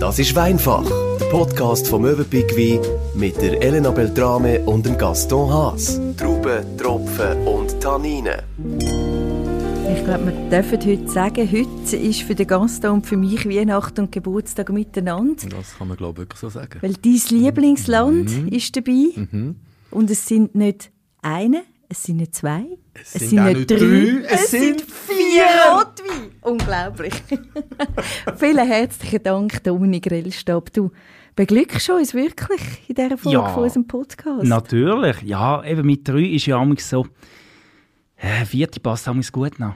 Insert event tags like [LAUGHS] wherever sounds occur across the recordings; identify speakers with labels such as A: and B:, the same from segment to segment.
A: Das ist Weinfach, der Podcast vom Möwenpick Wein mit der Elena Beltrame und dem Gaston Haas. Trauben, Tropfen und Tanninen.
B: Ich glaube, wir dürfen heute sagen, heute ist für den Gaston und für mich Weihnachten und Geburtstag miteinander.
C: Das kann man, glaube ich, wirklich so sagen. Mhm.
B: Weil dein Lieblingsland ist dabei. Und es sind nicht eine, es sind nicht zwei, es,
C: sind auch nicht drei, es sind
B: vier Rotwein. Unglaublich. [LAUGHS] Vielen herzlichen Dank, Dominik Rellstab. Du beglückst uns wirklich in dieser Folge
D: Ja.
B: von unserem Podcast.
D: Natürlich, ja, eben mit drei ist ja manchmal so, äh, vierte passt manchmal gut noch.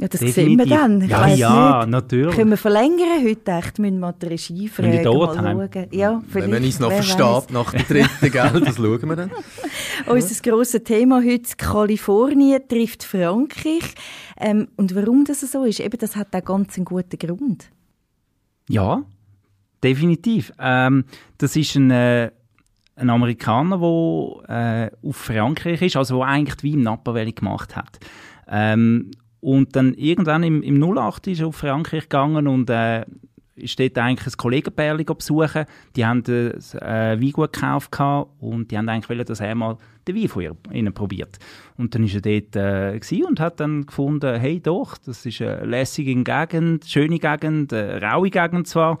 B: ja, das sehen wir
D: Definitiv.
B: dann. Ich
D: Ja,
B: weiss
D: ja,
B: nicht.
D: natürlich.
B: Können wir verlängern heute? Echt, müssen wir die Regie fragen,
D: die dauert
B: mal
D: haben.
B: schauen. Ja,
C: Wenn man
B: vielleicht,
C: es noch
B: wer
C: versteht
B: weiss.
C: nach dem dritten, gell,
B: [LAUGHS]
C: das schauen wir dann.
B: Unser grosses Thema heute, Kalifornien trifft Frankreich. Ähm, und warum das so ist, eben, das hat auch ganz einen guten Grund.
D: Ja, definitiv. Ähm, das ist ein, äh, ein Amerikaner, der äh, auf Frankreich ist, also der eigentlich wie im Napa Valley gemacht hat. Ähm, und dann irgendwann im, im 08 ist er auf Frankreich gegangen und äh, ist dort eigentlich ein Kollegenpärchen besuchen. Die haben ein äh, Weingut gekauft gehabt und die haben eigentlich wollen, dass er mal den Wein von ihr- ihnen probiert. Und dann ist er dort äh, gsi und hat dann gefunden, hey doch, das ist eine lässige Gegend, schöne Gegend, eine raue Gegend zwar,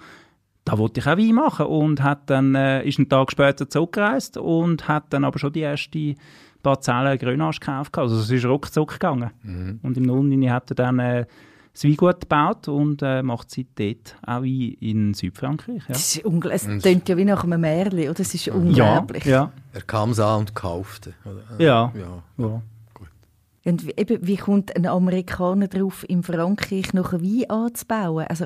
D: da wollte ich auch Wein machen und hat dann, äh, ist einen Tag später zurückgereist und hat dann aber schon die erste Parzelle Grenache gekauft. gehabt. Also es ist ruckzuck gegangen. Und im Nullnini hat er dann äh, das Weingut gebaut und äh, macht sie dort auch Wein in Südfrankreich. Ja.
B: Das ist ungl- es tönt ja wie nach einem Märchen, oder? Es ist unglaublich.
D: Ja,
C: Er kam es an und kaufte. oder?
D: ja, ja.
C: Ja.
D: ja.
B: Und wie, eben, wie kommt ein Amerikaner drauf, in Frankreich noch einen Wein anzubauen? Also,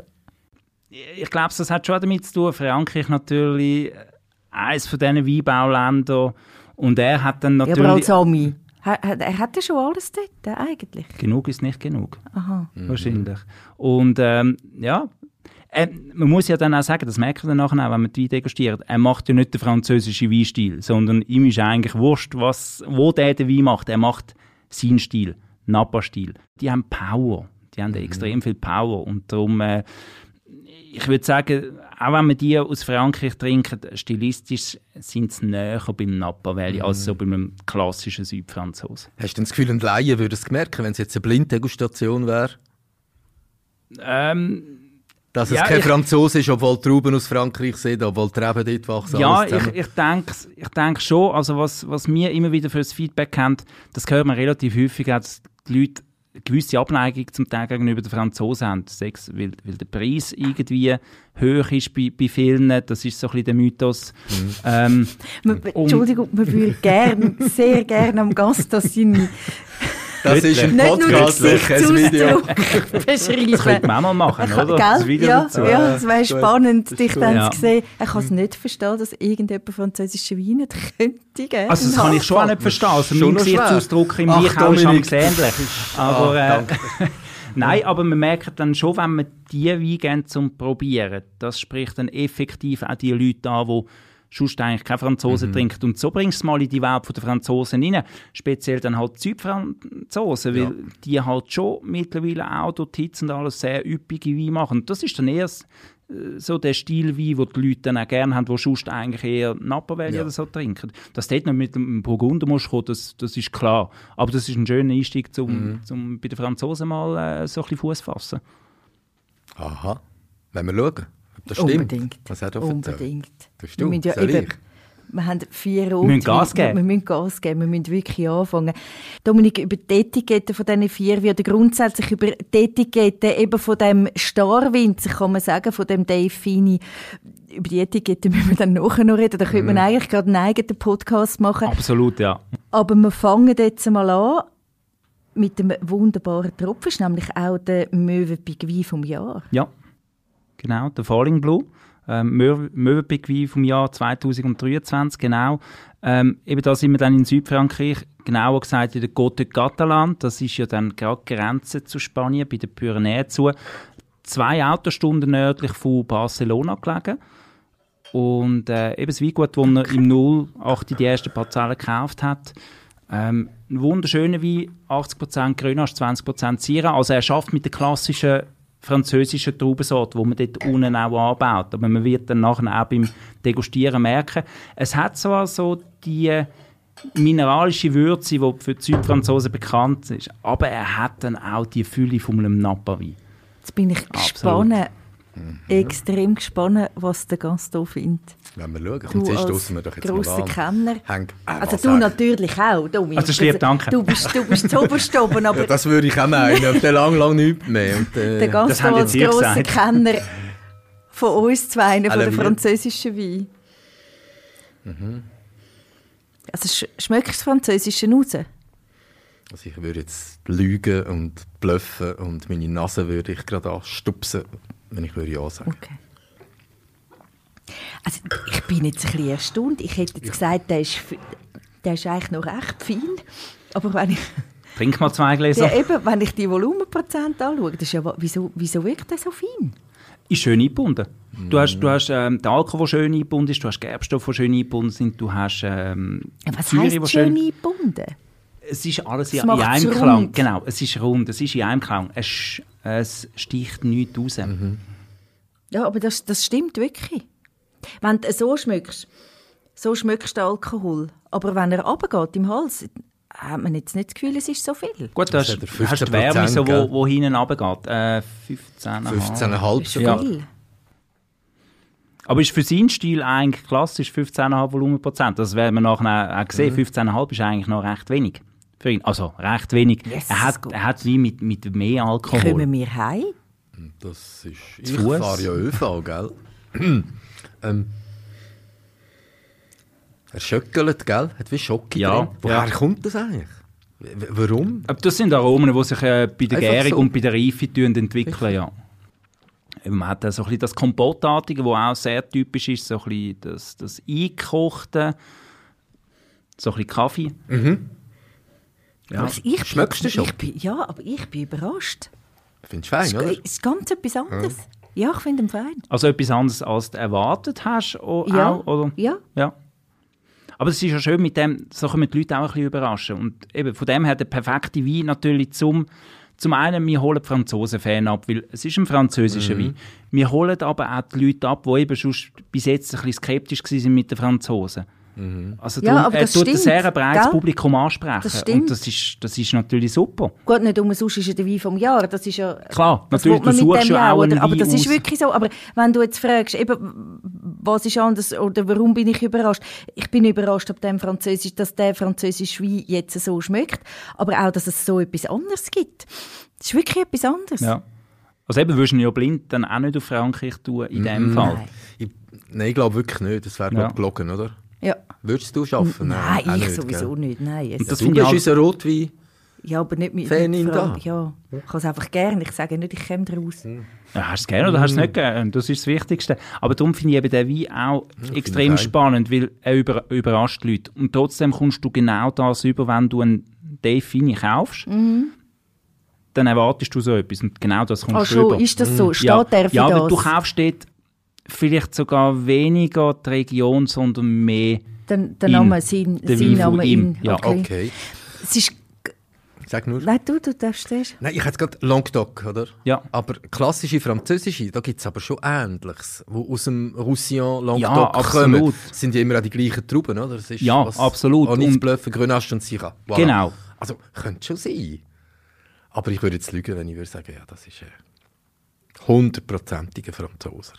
D: ich glaube, das hat schon damit zu tun. Frankreich natürlich äh, eines von diesen Weinbauländern. Und er hat dann
B: ja,
D: natürlich...
B: aber also als Ami. Ha- ha- Er hat ja schon alles dort, äh, eigentlich.
D: Genug ist nicht genug.
B: Aha.
D: Wahrscheinlich. Und ähm, ja, ähm, man muss ja dann auch sagen, das merkt man dann nachher auch, wenn man die Wein degustiert, er macht ja nicht den französischen Weinstil, sondern ihm ist eigentlich wurscht, was, wo der den Wein macht. Er macht seinen Stil, Napa-Stil. Die haben Power. Die haben extrem viel Power. Und darum, äh, ich würde sagen, auch wenn wir die aus Frankreich trinken, stilistisch sind sie näher beim Napa Valley als so bei einem klassischen Südfranzosen.
C: Hast du denn das Gefühl, ein Laie würde es merken, wenn es jetzt eine Blinddegustation wäre?
D: Ähm,
C: Dass es
D: Ja,
C: kein
D: ich-
C: Franzose ist, obwohl die Trauben aus Frankreich sind, obwohl die Reben dort wachsen.
D: Ja,
C: alles
D: ich,
C: zusammen.
D: ich denke ich denk schon. Also was, was wir immer wieder für das Feedback haben, das hört man relativ häufig, auch, dass die Leute eine gewisse Abneigung zum Teil gegenüber den Franzosen haben. Sechs, weil, weil der Preis irgendwie hoch ist bei, bei vielen. Das ist so ein bisschen der Mythos.
C: Mhm.
D: Ähm,
B: Man, Entschuldigung, man würde gern, sehr gerne am Gast das seine
C: Das ist ein
B: nicht nur den
C: Podcast, nicht ein Video.
B: Gesichtsausdruck
D: das
B: beschreiben.
D: könnte man auch mal machen,
B: [LAUGHS]
D: oder?
B: Gell?
D: Das Video
B: ja,
D: dazu.
B: ja, es wäre spannend, dich dann
D: Ja.
B: zu sehen. Ich kann es nicht verstehen, dass irgendjemand französische Wein [LAUGHS] nicht könnte geben.
D: Also das kann ich schon auch nicht verstehen. Also
C: Schon
D: mein
C: noch schwer.
D: Gesichtsausdruck im
C: Ach,
D: Weichau ist am
C: Dominik.
D: ähnlich. Aber,
C: Ah,
D: äh, [LAUGHS] Nein, aber man merkt dann schon, wenn man die Weingänge zum Probieren, das spricht dann effektiv auch die Leute an, die sonst eigentlich keine
C: Mhm.
D: Franzosen trinken. Und so bringst du es mal in die Welt der Franzosen rein. Speziell dann halt die Südfranzosen, weil die halt schon mittlerweile auch durch die Hitze und alles sehr üppige Weine machen. Und das ist dann erst so der Stil Wein, den die Leute dann auch gerne haben, die sonst eigentlich eher Napa Valley
C: Ja.
D: oder so trinken. Dass du dort noch mit dem Burgunder musst kommen, das, das ist klar. Aber das ist ein schöner Einstieg, um zum bei den Franzosen mal äh, so ein bisschen Fuß fassen.
C: Aha. Wenn wir schauen, ob das stimmt.
B: Unbedingt.
C: Was hat er erzählt?
B: Unbedingt.
C: Das ist du,
B: Wir müssen ja
C: soll
B: eben,
C: ich?
B: wir haben vier Rot.
D: müssen Gas geben.
B: Wir müssen Gas geben. Wir müssen wirklich anfangen. Dominik, über die Etiketten von diesen vier Weinen, oder grundsätzlich über die Etiketten eben von dem Starwinzer, kann man sagen, von dem Dave Fini. Über die Etiketten [LAUGHS] müssen wir dann nachher noch reden. Da könnte
C: Mhm.
B: man eigentlich gerade einen eigenen Podcast machen.
D: Absolut, ja.
B: Aber wir fangen jetzt mal an mit dem wunderbaren Tropfen, ist nämlich auch der Möwenpick Wein vom Jahr.
D: Ja, genau, der Falling Blue. Ähm, Mö- Möwenpick Wein vom Jahr 2023, genau. Ähm, eben da sind wir dann in Südfrankreich, genauer gesagt in der Côte de Catalan. Das ist ja dann gerade Grenze zu Spanien, bei den Pyrenäen zu. Zwei Autostunden nördlich von Barcelona gelegen. Und äh, eben das Weingut, das er im 08 die ersten Parzellen gekauft hat. Ähm, ein wunderschöner Wein, 80% Grenache, 20% Syrah. Also er schafft mit den klassischen französischen Traubensorte, wo man dort unten auch anbaut. Aber man wird dann nachher auch beim Degustieren merken, es hat zwar so die mineralische Würze, die für die Südfranzosen bekannt ist, aber er hat dann auch die Fülle von einem Napa-Wein.
B: Jetzt bin ich
D: Absolut.
B: gespannt, extrem gespannt, was der Gaston findet.
C: Wenn wir schauen,
B: Du
C: und sonst
B: als
C: stoßen wir doch jetzt
B: grosser
C: mal an.
B: Kenner.
C: Hängt, äh,
B: Also
C: was
B: du
C: sagen?
B: natürlich auch, Dominik.
D: Also, schlieb, danke.
B: Du bist, du bist zu oberst oben, aber
C: Ja, das würde ich auch meinen. Auf den lang, lang nichts mehr. Und, äh,
B: der Gaston
D: haben jetzt
B: als
D: ihr
B: grosser
D: gesagt.
B: Kenner von uns zwei, einer von
C: Alle
B: der
C: wir.
B: französischen Wein. Also sch schmeckt das französische raus?
C: Also ich würde jetzt lügen und bluffen und meine Nase würde ich gerade anstupsen, wenn ich würde ja sagen.
B: Okay. Also ich bin jetzt ein bisschen erstaunt. Ich hätte jetzt gesagt, der ist, f- der ist eigentlich noch recht fein. Aber wenn ich,
D: Trink mal zwei Gläser.
B: ja,
C: Also-
B: eben, wenn ich die Volumenprozent anschaue, das ist ja, wa- wieso, wieso wirkt der so fein?
D: ist schön eingebunden. Du hast, du hast ähm, den Alkohol, der schön eingebunden ist, du hast Gerbstoffe, die schön eingebunden sind, du hast ähm,
B: Ja, Was
D: Säure,
B: heisst
D: die
B: schön eingebunden?
D: Es ist alles
B: Es
D: in, in
B: macht's
D: einem
B: rund.
D: Klang. Genau, es ist rund, es ist in einem Klang. Es, sch- es sticht nichts raus.
C: Mhm.
B: Ja, aber das, das stimmt wirklich. Wenn du so schmückst, so schmückst du Alkohol. Aber wenn er runtergeht im Hals, hat man jetzt nicht das Gefühl, es ist so viel.
D: Gut, du hast,
C: hat er
D: hast die
C: 15%,
D: Wärme, so,
C: gell?
D: wo, wo hinten runtergeht. Äh, 15,5.
C: 15,5
B: Das ist schon
D: Ja.
C: sogar.
B: viel.
D: Aber ist für seinen Stil eigentlich klassisch 15,5 Volumenprozent. Das werden wir nachher auch
C: Mhm.
D: sehen. 15,5 ist eigentlich noch recht wenig. Für ihn. Also recht wenig.
B: Jesus
D: er hat,
B: Gott.
D: er hat wie mit, mit mehr Alkohol.
B: Kommen wir heim?
C: Das ist... Ich
D: Zu Fuss.
C: fahre ja ÖV, gell? [CLEARS THROAT] ähm, er schöckelt, gell? Hat wie Schocke
D: Ja,
C: drin. Woher
D: ja.
C: kommt das eigentlich? W w- warum?
D: Aber das sind Aromen, die sich äh, bei der
C: Einfach
D: Gärung
C: so.
D: und bei der Reife tun entwickeln. Ja. Eben, Man hat dann so ein bisschen das Kompottartige, das auch sehr typisch ist, so ein bisschen das, das Eingekochte, so ein bisschen Kaffee.
C: Ja.
B: Also ich bin-
C: Schmeckst du schon?
B: ich bin, Ja, aber ich bin überrascht.
C: Findest du fein,
B: Es
C: oder?
B: ist- ist ganz etwas anderes. Ja, ich finde ihn fein.
D: Also etwas anderes, als du erwartet hast. o-
B: Ja.
D: Auch, oder?
B: Ja.
D: Ja. Aber es ist ja schön, mit dem, so können wir die Leute auch ein bisschen überraschen. Und eben, von dem her der perfekte Wein natürlich zum, zum einen, wir holen die Franzosen-Fan ab, weil es ist ein französischer Wein. Wir holen aber auch die Leute ab, die eben schon bis jetzt ein bisschen skeptisch waren mit den Franzosen. Also
B: Ja,
D: darum,
B: aber
D: er
B: das
D: tut ein
B: stimmt,
D: sehr breites
B: gell?
D: Publikum ansprechen.
B: Das stimmt.
D: Und das ist, das ist natürlich super.
B: Gut, nicht umsonst ist er der Wein vom Jahr. Das ist ja...
D: Klar,
B: das
D: natürlich,
B: will man
D: du
B: mit
D: suchst
B: dem
D: ja auch
B: oder?
D: einen
B: Aber das
D: Wein
B: ist
D: aus.
B: wirklich so. Aber wenn du jetzt fragst, eben, was ist anders oder warum bin ich überrascht? Ich bin überrascht, ob dem Französisch, dass der französische Wein jetzt so schmeckt. Aber auch, dass es so etwas anderes gibt. Es ist wirklich etwas anderes.
D: Ja. Also eben, würdest du ihn ja blind dann auch nicht auf Frankreich tun, in dem Fall.
C: Ich, nein, ich glaube wirklich nicht. Das wäre
D: Ja.
C: ja. gelogen, oder?
B: Ja.
C: Würdest du schaffen?
B: Nein,
C: auch
B: ich
C: nicht,
B: sowieso
C: gell?
B: nicht. Nein, es-
D: Und das
C: Du
D: finde ich
C: bist
D: auch-
C: unser Rotwein.
B: Ja, aber nicht mit
C: Fan
B: mit
C: ihn
B: Fra-
C: da. Hm,
B: Ja, ich kann es einfach gerne. Ich sage nicht, ich komme draus.
D: Ja, hast du es gegeben oder hast du es nicht gegeben? Das ist das Wichtigste. Aber darum finde ich eben den Wein auch extrem
C: ich auch.
D: spannend, weil er über, überrascht die Leute. Und trotzdem kommst du genau das über, wenn du einen Dave Fini kaufst,
B: Mhm.
D: dann erwartest du so etwas. Und genau das kommst
B: Ah,
D: du
B: schon,
D: über.
B: ist das so? Steht
D: Hm. ja,
B: der für
D: ja,
B: das?
D: aber du kaufst dort vielleicht sogar weniger die Region, sondern mehr.
B: Dann, der
D: ihn.
B: Name, sein,
D: Der
B: sein
D: Wein von
B: Name,
D: ihm.
B: ihn.
D: Ja,
C: Okay.
B: Es ist,
C: Sag nur.
B: nein, du, du darfst erst.
C: Nein, ich hätte gerade Languedoc, oder?
D: Ja.
C: Aber klassische französische, da gibt es aber schon Ähnliches, wo aus dem Roussillon Languedoc
D: Ja, absolut.
C: kommen. Es sind ja immer auch die gleichen Trauben, oder? Es ist
D: Ja, absolut.
C: Auch nichts
D: Und-
C: bluffen, Grenache und Syrah. Voilà.
D: Genau.
C: Also, könnte schon sein. Aber ich würde jetzt lügen, wenn ich würde sagen, ja, das ist ein hundertprozentiger Franzoser.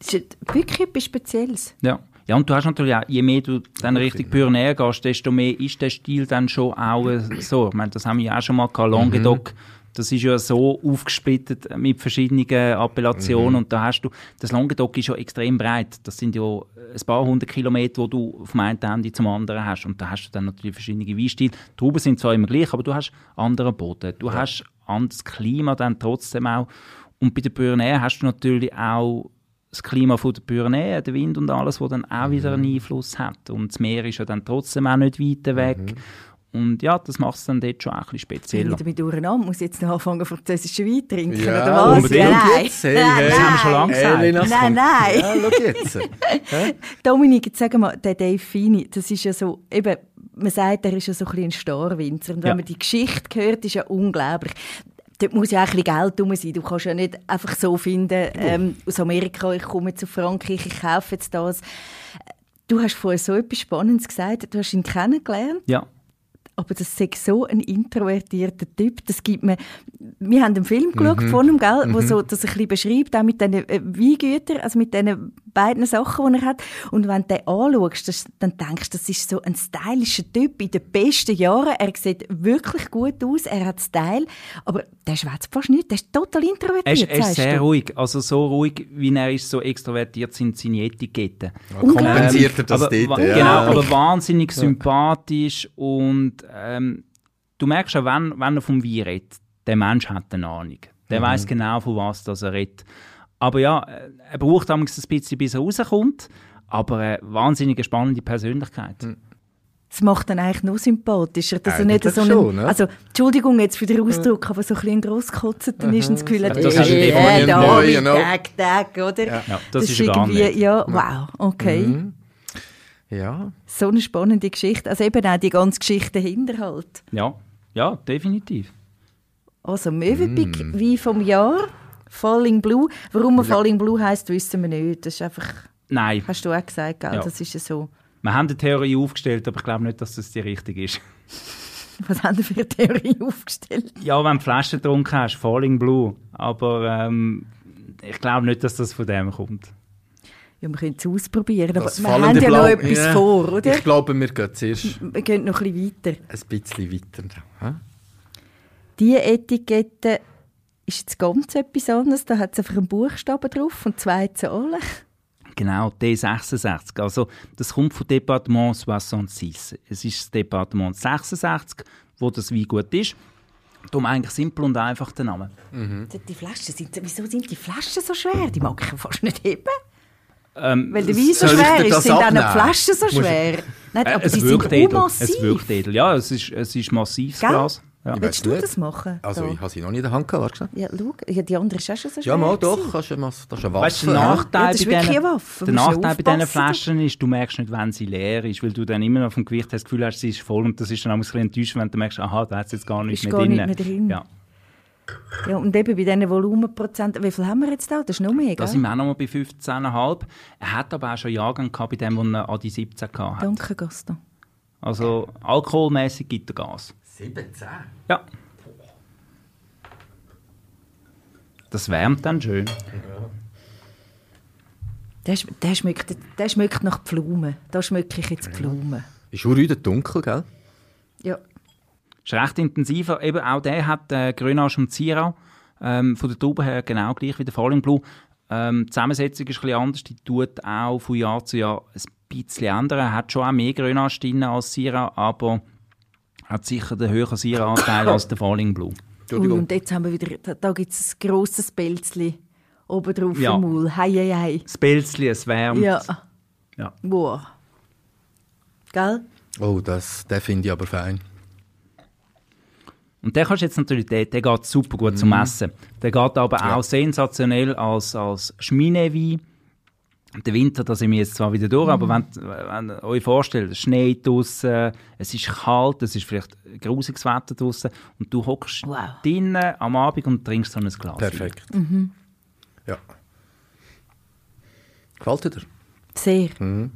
B: Es ist wirklich etwas Spezielles.
D: Ja. Ja, und du hast natürlich auch, je mehr du dann richtig Pyrenäen gehst, desto mehr ist der Stil dann schon auch äh, so. Ich meine, das haben wir ja auch schon mal gehabt, Languedoc. Das ist ja so aufgesplittet äh, mit verschiedenen Appellationen und da hast du, das Languedoc ist ja extrem breit. Das sind ja ein paar hundert Kilometer, wo du vom einen Ende zum anderen hast und da hast du dann natürlich verschiedene Weinstile. Die Trauben sind zwar immer gleich, aber du hast anderen Boden. Du hast anderes Klima dann trotzdem auch und bei den Pyrenäen hast du natürlich auch das Klima von der Pyrenäen, der Wind und alles, wo dann auch wieder einen Einfluss hat. Und das Meer ist ja dann trotzdem auch nicht weit weg. Und ja, das macht es dann dort schon auch ein bisschen
B: Ich bin
D: spezieller.
B: wieder mit durcheinander, muss ich jetzt noch anfangen, französischen Wein trinken,
C: Ja,
B: oder was?
D: unbedingt.
B: Ja, nein.
C: Jetzt, hey,
B: nein,
C: hey. Äh.
D: Das haben wir schon
B: nein.
D: lange gesagt.
C: Elena,
B: Nein,
C: komm.
B: nein.
C: Ja, schau jetzt.
B: Dominik, jetzt sag mal, der Dave Fini, das ist ja so, eben, man sagt, er ist ja so ein bisschen ein Starwinzer. Und wenn
D: Ja.
B: man die Geschichte hört, ist ja unglaublich. dort muss ja auch ein bisschen Geld rum sein. Du kannst ja nicht einfach so finden, ähm, aus Amerika, ich komme zu Frankreich, ich kaufe jetzt das. Du hast vorher so etwas Spannendes gesagt, du hast ihn kennengelernt.
D: Ja.
B: Aber das ist so ein introvertierter Typ, das gibt mir... Wir haben einen Film geschaut von ihm, gell, wo so das ein bisschen beschreibt, auch mit diesen äh, Weingütern, also mit diesen beiden Sachen, die er hat. Und wenn du den anschaust, das, dann denkst du, das ist so ein stylischer Typ in den besten Jahren. Er sieht wirklich gut aus, er hat Style, aber der schwätzt fast nicht, der ist total introvertiert,
D: Er ist, er ist
B: sagst
D: sehr
B: du.
D: ruhig. Also so ruhig, wie er ist, so extrovertiert sind seine Etiketten.
B: Unglaublich.
C: Kompensiert er das
D: Ähm, aber,
C: dort?
D: wa-
C: Ja.
D: Genau, aber wahnsinnig sympathisch und ähm, du merkst schon, wenn, wenn er vom Wein redet, der Mensch hat eine Ahnung. Der
C: Mhm.
D: weiß genau, von was das er redet. Aber ja, äh, er braucht damals ein bisschen, bis er rauskommt, aber eine wahnsinnige spannende Persönlichkeit.
C: Mhm.
B: Das macht dann eigentlich noch sympathischer, dass er nicht
C: Eigentlich
B: so einen,
C: schon, ne?
B: also Entschuldigung jetzt für den Ausdruck, aber so ein bisschen grosskotzen, dann ist dann das Gefühl,
D: Das ist
B: eh,
D: definitiv
B: da,
C: neu,
B: mit
C: genau.
B: Tag, Tag, oder?
D: Ja, das ist ja gar nicht.
B: Ja, wow, okay.
C: Mhm. Ja.
B: So eine spannende Geschichte, also eben auch die ganze Geschichte dahinter halt.
D: Ja, ja, definitiv.
B: Also Mövenpick
C: Mhm.
B: wie vom Jahr, Falling Blue. Warum er Falling Blue heißt, wissen wir nicht. Das ist einfach,
D: Nein,
B: hast du auch gesagt, gell?
D: Ja.
B: das ist ja so. [LAUGHS]
D: wir haben eine Theorie aufgestellt, aber ich glaube nicht, dass das die richtige ist.
B: Was haben wir für eine Theorie aufgestellt?
D: Ja, wenn du Flaschen getrunken hast, Falling Blue. Aber ähm, ich glaube nicht, dass das von dem kommt.
B: Ja, wir können es ausprobieren, aber
C: Das
B: wir haben
C: fallende
B: ja noch
C: Blau-
B: etwas
C: Ja.
B: vor, oder?
C: Ich glaube, wir gehen zuerst
B: Wir gehen noch ein bisschen weiter.
C: ein bisschen weiter. hä?
B: Diese Etikette ist jetzt ganz etwas anderes. Da hat es einfach einen Buchstaben drauf und zwei Zahlen.
D: Genau, D66. Also, das kommt vom Departement 66. Es ist das Departement 66, wo das Wein gut ist. Darum eigentlich simpel und einfach der Name.
B: Mhm. Die Flaschen sind, wieso sind die Flaschen so schwer? Die mag ich fast nicht heben.
D: Ähm,
B: Weil der Wein so
C: soll ich
B: schwer
C: dir
B: ist,
C: das
B: sind auch die
C: abnehmen?
B: Flaschen so schwer. Nein,
D: äh,
B: aber
D: es
B: sie
D: wirkt
B: sind
D: edel.
B: auch
D: Es
B: massiv.
D: wirkt edel. Ja, es ist, es ist massives
B: Gell?
D: Glas. Ja.
C: Ich weiss
B: Willst du
C: nicht.
B: das machen?
C: Also,
B: da?
C: ich habe sie noch nicht in der Hand gehabt, hast du gesagt?
B: ja, schau, ja, die andere ist auch schon so schwer.
C: Ja, mal
B: gewesen.
C: doch, kannst du, das ist eine Waffe.
D: Weißt du, der
C: hä?
B: Ja,
D: Nachteil,
B: das ist
D: bei,
B: wirklich
D: diesen,
B: eine Waffe.
D: der
B: Musst du
D: Nachteil bei diesen
B: aufpassen.
D: Flaschen ist, du merkst nicht, wenn sie leer ist, weil du dann immer noch vom Gewicht hast, das Gefühl hast, sie ist voll und das ist dann auch ein bisschen enttäuschend, wenn du merkst, aha, da hat es jetzt gar nichts
B: Ist
D: mehr
B: gar
D: drin.
B: nicht mehr drin.
D: Ja.
B: Ja, und eben bei diesen Volumenprozenten, wie viel haben wir jetzt da? Das ist noch mehr,
D: Da
B: gell?
D: sind wir auch noch mal bei 15,5. Er hat aber auch schon Jahrgang gehabt, bei dem, wo er an die 17 hatte.
B: Danke, Gaston.
D: Also alkoholmäßig gibt er Gas.
C: 17.
D: Ja. Das wärmt dann schön.
B: Der, schm- der, schmeckt, der schmeckt nach Pflaumen. Da schmecke ich jetzt Pflaumen.
C: Ist Urüde dunkel, gell?
B: Ja.
D: Ist recht intensiver. Eben auch der hat äh, Grenache und Zira ähm, von der Traube her genau gleich wie der Falling Blue. Ähm, die Zusammensetzung ist ein bisschen anders. Die tut auch von Jahr zu Jahr ein bisschen ändern. Hat schon auch mehr Grenache drin als Syrah, aber hat sicher den höheren Syrah-Anteil als der Falling Blue.
B: Ui, Oh, und jetzt haben wir wieder, da, da gibt es ein grosses Pelzli oben drauf
D: Ja.
B: im Maul. Hei, hei, hei.
D: Das Pilzli, es wärmt.
B: Ja.
D: Ja.
B: Wow. Gell?
C: Oh, das, den finde ich aber fein.
D: Und der kannst du jetzt natürlich, der, der geht super gut zum Essen. Der geht aber auch sensationell als, als Schminewein. Der Winter, da sind wir jetzt zwar wieder
B: Mhm.
D: durch, aber wenn, wenn ihr euch vorstellt, es schneit draussen, es ist kalt, es ist vielleicht grusiges Wetter draussen und du hockst
B: Wow.
D: drinnen am Abend und trinkst so ein Glas.
C: Perfekt. Ja. Gefällt dir?
B: Sehr.
C: Mhm.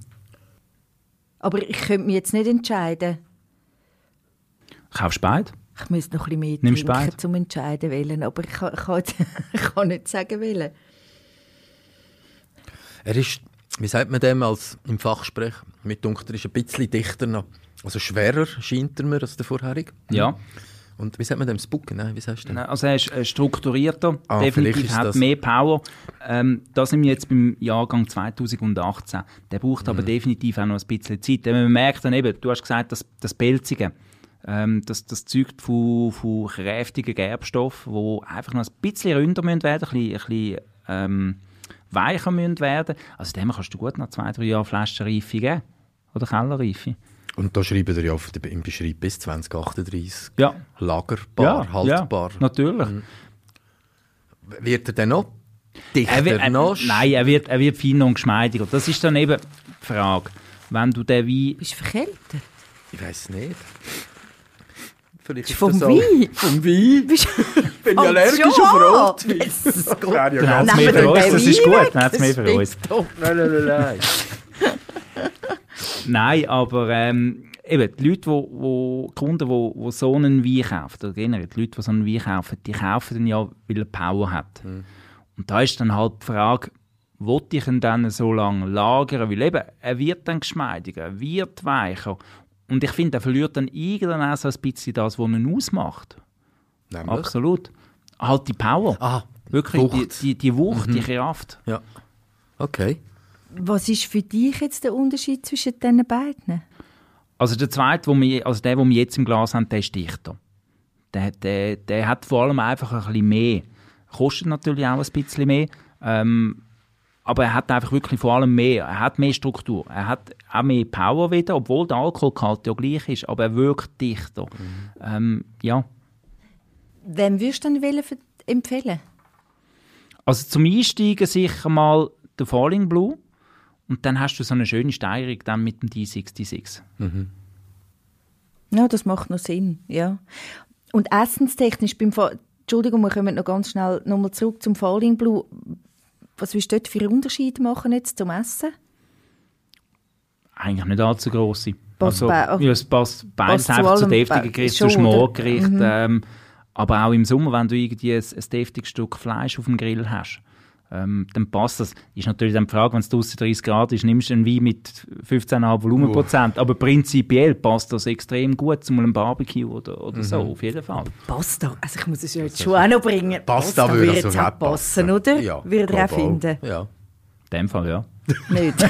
B: Aber ich könnte mich jetzt nicht entscheiden.
D: Wein. Kaufst beide?
B: Ich müsste noch ein bisschen mehr
D: Nimmst
B: trinken,
D: beide?
B: um entscheiden wählen. Aber ich kann, ich kann, jetzt- [LAUGHS] ich kann nicht sagen wählen.
C: Er ist, wie sagt man dem als im Fachsprech? Mit dunkel ist er ein bisschen dichter noch. Also schwerer scheint er mir als der vorherige.
D: Ja.
C: Und wie sagt man dem Spucken? Nein, wie sagst du denn?
D: Also er ist äh, strukturierter,
C: Ah, vielleicht
D: definitiv
C: ist
D: hat
C: das-
D: mehr Power. Ähm, da sind wir jetzt beim Jahrgang 2018. Der braucht
C: Mhm.
D: aber definitiv auch noch ein bisschen Zeit. Denn Man merkt dann eben, du hast gesagt, das, das Pelzige, ähm, das, das zeugt von, von kräftigen Gerbstoffen, wo einfach noch ein bisschen ründer müssen werden ein bisschen, ein bisschen ähm, weicher müssen werden Also dem kannst du gut nach zwei, drei Jahren Flaschenreife geben. Oder Kellerreife.
C: Und da schreiben er ja auf der- im Beschreib bis 2038.
D: Ja.
C: Lagerbar, haltbar.
D: Ja, natürlich.
C: Wird er denn noch dichter?
D: Er wird, er,
C: noch?
D: nein, er wird, er wird feiner und geschmeidiger. Das ist dann eben die Frage. Wenn du den Wein...
B: Bist du verkältet?
C: Ich weiß nicht. Vielleicht
B: Ist vom Wein?
C: Vom Wein?
B: Bist-
C: Bin ich
B: Oh,
C: allergisch
B: schon? [LAUGHS]
C: auf Rotwein?
B: Jesus Gott.
C: Wäre ja
D: Dann
C: ganz
D: hat's mehr
B: Nehmen
D: für
B: wir
D: uns,
B: den
D: das ist
B: Wein
D: gut.
B: weg,
D: Dann hat's mehr
B: das
D: für uns.
B: stinkt doch.
C: Nein, nein, nein, nein.
D: Nein, aber ähm, eben, die Leute, wo, wo, die Kunden, die wo so einen Wein kaufen, oder generell die Leute, die so einen Wein kaufen, die kaufen den ja, weil er Power hat. Und da ist dann halt die Frage, will ich ihn dann so lange lagern? Weil eben, er wird dann geschmeidiger, er wird weicher. Und ich finde, er verliert dann irgendwann auch so ein bisschen das, was ihn ausmacht.
C: Nämlich?
D: Absolut. Halt die Power.
C: Ah,
D: Wirklich,
C: Wucht. Mhm.
D: Die, die, die Wucht, die Kraft.
C: Ja. Okay.
B: Was ist für dich jetzt der Unterschied zwischen diesen beiden?
D: Also der zweite, wo wir, also der, den wir jetzt im Glas haben, der ist dichter. Der, hat, der, der hat vor allem einfach ein bisschen mehr. Kostet natürlich auch ein bisschen mehr. Ähm, aber er hat einfach wirklich vor allem mehr. Er hat mehr Struktur. Er hat auch mehr Power wieder, obwohl der Alkoholgehalt ja gleich ist, aber er wirkt dichter.
C: Mhm.
D: Ähm, ja.
B: Wem würdest du denn wollen ver- empfehlen?
D: Also zum Einsteigen sicher mal der Falling Blue und dann hast du so eine schöne Steigerung dann mit dem D66.
B: Ja, das macht noch Sinn, ja. Und essenstechnisch, beim Fa Entschuldigung, wir kommen noch ganz schnell nochmal zurück zum Falling Blue. Was willst du dort für Unterschied machen jetzt zum Essen?
D: Eigentlich nicht allzu grosse.
B: Passt
D: also,
B: bei-
D: ja, es passt beides
B: zu
D: einfach zu
B: allem,
D: deftigen
B: bei- Mhm.
D: Gerichten,
B: schon,
D: zu
B: oder?
D: Schmorgerichten. Ähm, aber auch im Sommer, wenn du irgendwie ein, ein deftiges Stück Fleisch auf dem Grill hast, ähm, dann passt das. Ist natürlich dann die Frage, wenn es draußen 30 Grad ist, nimmst du einen Wein mit 15,5 Volumenprozent. Aber prinzipiell passt das extrem gut zu einem Barbecue oder, oder so,
B: Mhm.
D: auf jeden Fall.
B: Pasta, also ich muss es ja jetzt schon auch noch bringen.
C: Pasta, würde
B: würde
C: also
B: jetzt auch passen, oder?
C: Ja,
B: Würde er auch
C: global.
B: finden.
C: Ja.
D: In dem Fall, ja.
B: Nicht.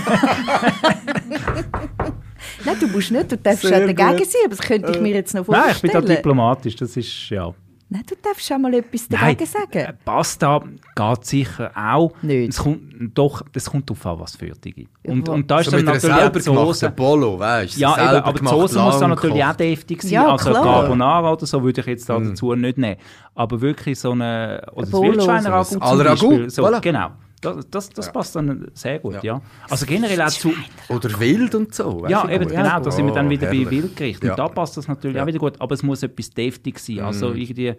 B: Nein, du musst nicht, du darfst
C: Sehr
B: auch dagegen
C: gut.
B: sein, aber das könnte ich mir jetzt noch
D: Nein, ich bin
B: vorstellen.
D: da diplomatisch, das ist, ja.
B: Nein, du darfst auch mal etwas
D: Nein,
B: dagegen
D: äh,
B: sagen.
D: Pasta geht sicher auch.
B: Nicht.
D: Es kommt, doch, das kommt darauf an, was für Fertig ist. Und,
B: wo-
D: und da
C: So
D: ist dann
C: mit einer
D: natürlich auch die
C: selber
D: Soße.
C: gemachten Polo, weißt du?
D: Ja,
C: selber
D: eben, aber die
C: gemacht,
D: Soße muss dann
C: lang
D: natürlich auch
C: gekocht. Mhm.
D: deftig sein.
B: Ja,
D: also
B: klar.
D: Carbonara oder so würde ich jetzt da dazu nicht nehmen. Aber wirklich so eine... Oder das
B: Bolo.
D: Wildschweiner Ragout
C: So ein Al Ragout,
D: So,
C: voilà.
D: Genau. Das, das, das passt dann sehr gut, ja. Also generell auch zu...
C: Oder wild und so. weisst
D: Ja,
C: du?
D: eben, genau, da sind wir dann
C: Oh,
D: wieder
C: herrlich.
D: bei Wildgericht. Und
C: Ja. Mhm.
D: da passt das natürlich auch wieder gut, aber es muss etwas deftig sein. Also irgendwie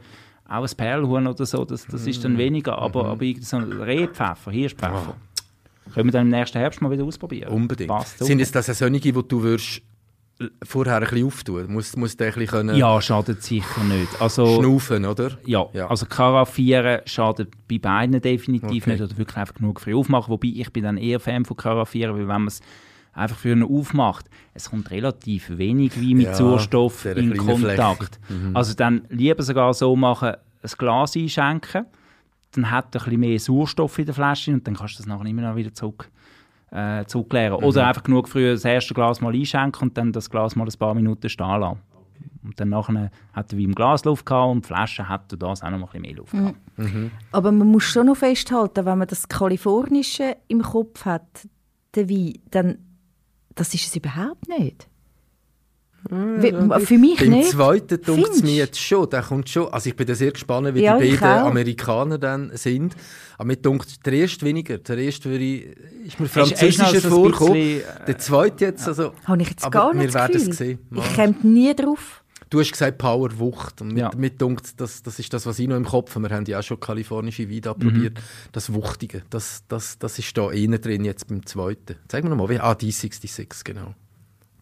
D: auch ein Perlhuhn oder so, das, das ist dann weniger, aber,
C: Mhm.
D: aber irgendwie so ein Rehpfeffer, Hirschpfeffer. Können wir dann im nächsten Herbst mal wieder ausprobieren.
C: Unbedingt.
D: Passt
C: Sind
D: super.
C: es das auch solche, die du würdest l- vorher ein bisschen auftun? Muss, muss der ein bisschen können
D: ja, schadet sicher nicht. Also,
C: schnaufen, oder?
D: ja,
C: Ja.
D: also Karaffieren schadet bei beiden definitiv
C: Okay.
D: nicht oder wirklich einfach genug früh aufmachen. Wobei ich bin dann eher Fan von Karaffieren, weil wenn man es einfach für einen aufmacht, es kommt relativ wenig wie mit
C: Ja,
D: Sauerstoff
C: dieser
D: in
C: kleinen Fläche. Mhm.
D: Kontakt. Also dann lieber sogar so machen, ein Glas einschenken, dann hat er ein bisschen mehr Sauerstoff in der Flasche und dann kannst du das nachher immer noch wieder zurück, äh, zurückleeren.
C: Mhm.
D: Oder einfach genug früh das erste Glas mal einschenken und dann das Glas mal ein paar Minuten stehen lassen. Und dann nachher hat er wie im Glas Luft gehabt und die Flasche hat durch das auch noch mal ein bisschen mehr Luft gehabt.
B: Aber man muss schon noch festhalten, wenn man das Kalifornische im Kopf hat, den Wein, dann das ist es überhaupt nicht. Wie- Für mich
C: Beim
B: nicht.
C: zweiten dunkt es
B: Findest?
C: mir jetzt schon. Der kommt schon. Also ich bin da sehr gespannt, wie
B: Ja,
C: die
B: ich
C: beiden
B: auch.
C: Amerikaner dann sind. Aber mir dunkt der erste weniger. Der erste würde ich, ist mir französischer
D: ist noch so ein
C: vorgekommen.
D: bisschen,
C: der zweite jetzt also.
B: Habe äh, ich jetzt
C: aber
B: gar nicht
C: wir
B: das
C: werden
B: Gefühl.
C: es sehen.
B: Ich komme nie drauf.
C: Du hast gesagt Power, Wucht. Und
D: Ja.
C: mit, mit dunkt, das, das ist das, was ich noch im Kopf habe. Wir haben ja auch schon kalifornische Weine probiert. Das Wuchtige, das, das, das ist da innen drin jetzt beim zweiten. Zeig mir nochmal, wie? Ah, die 66, genau.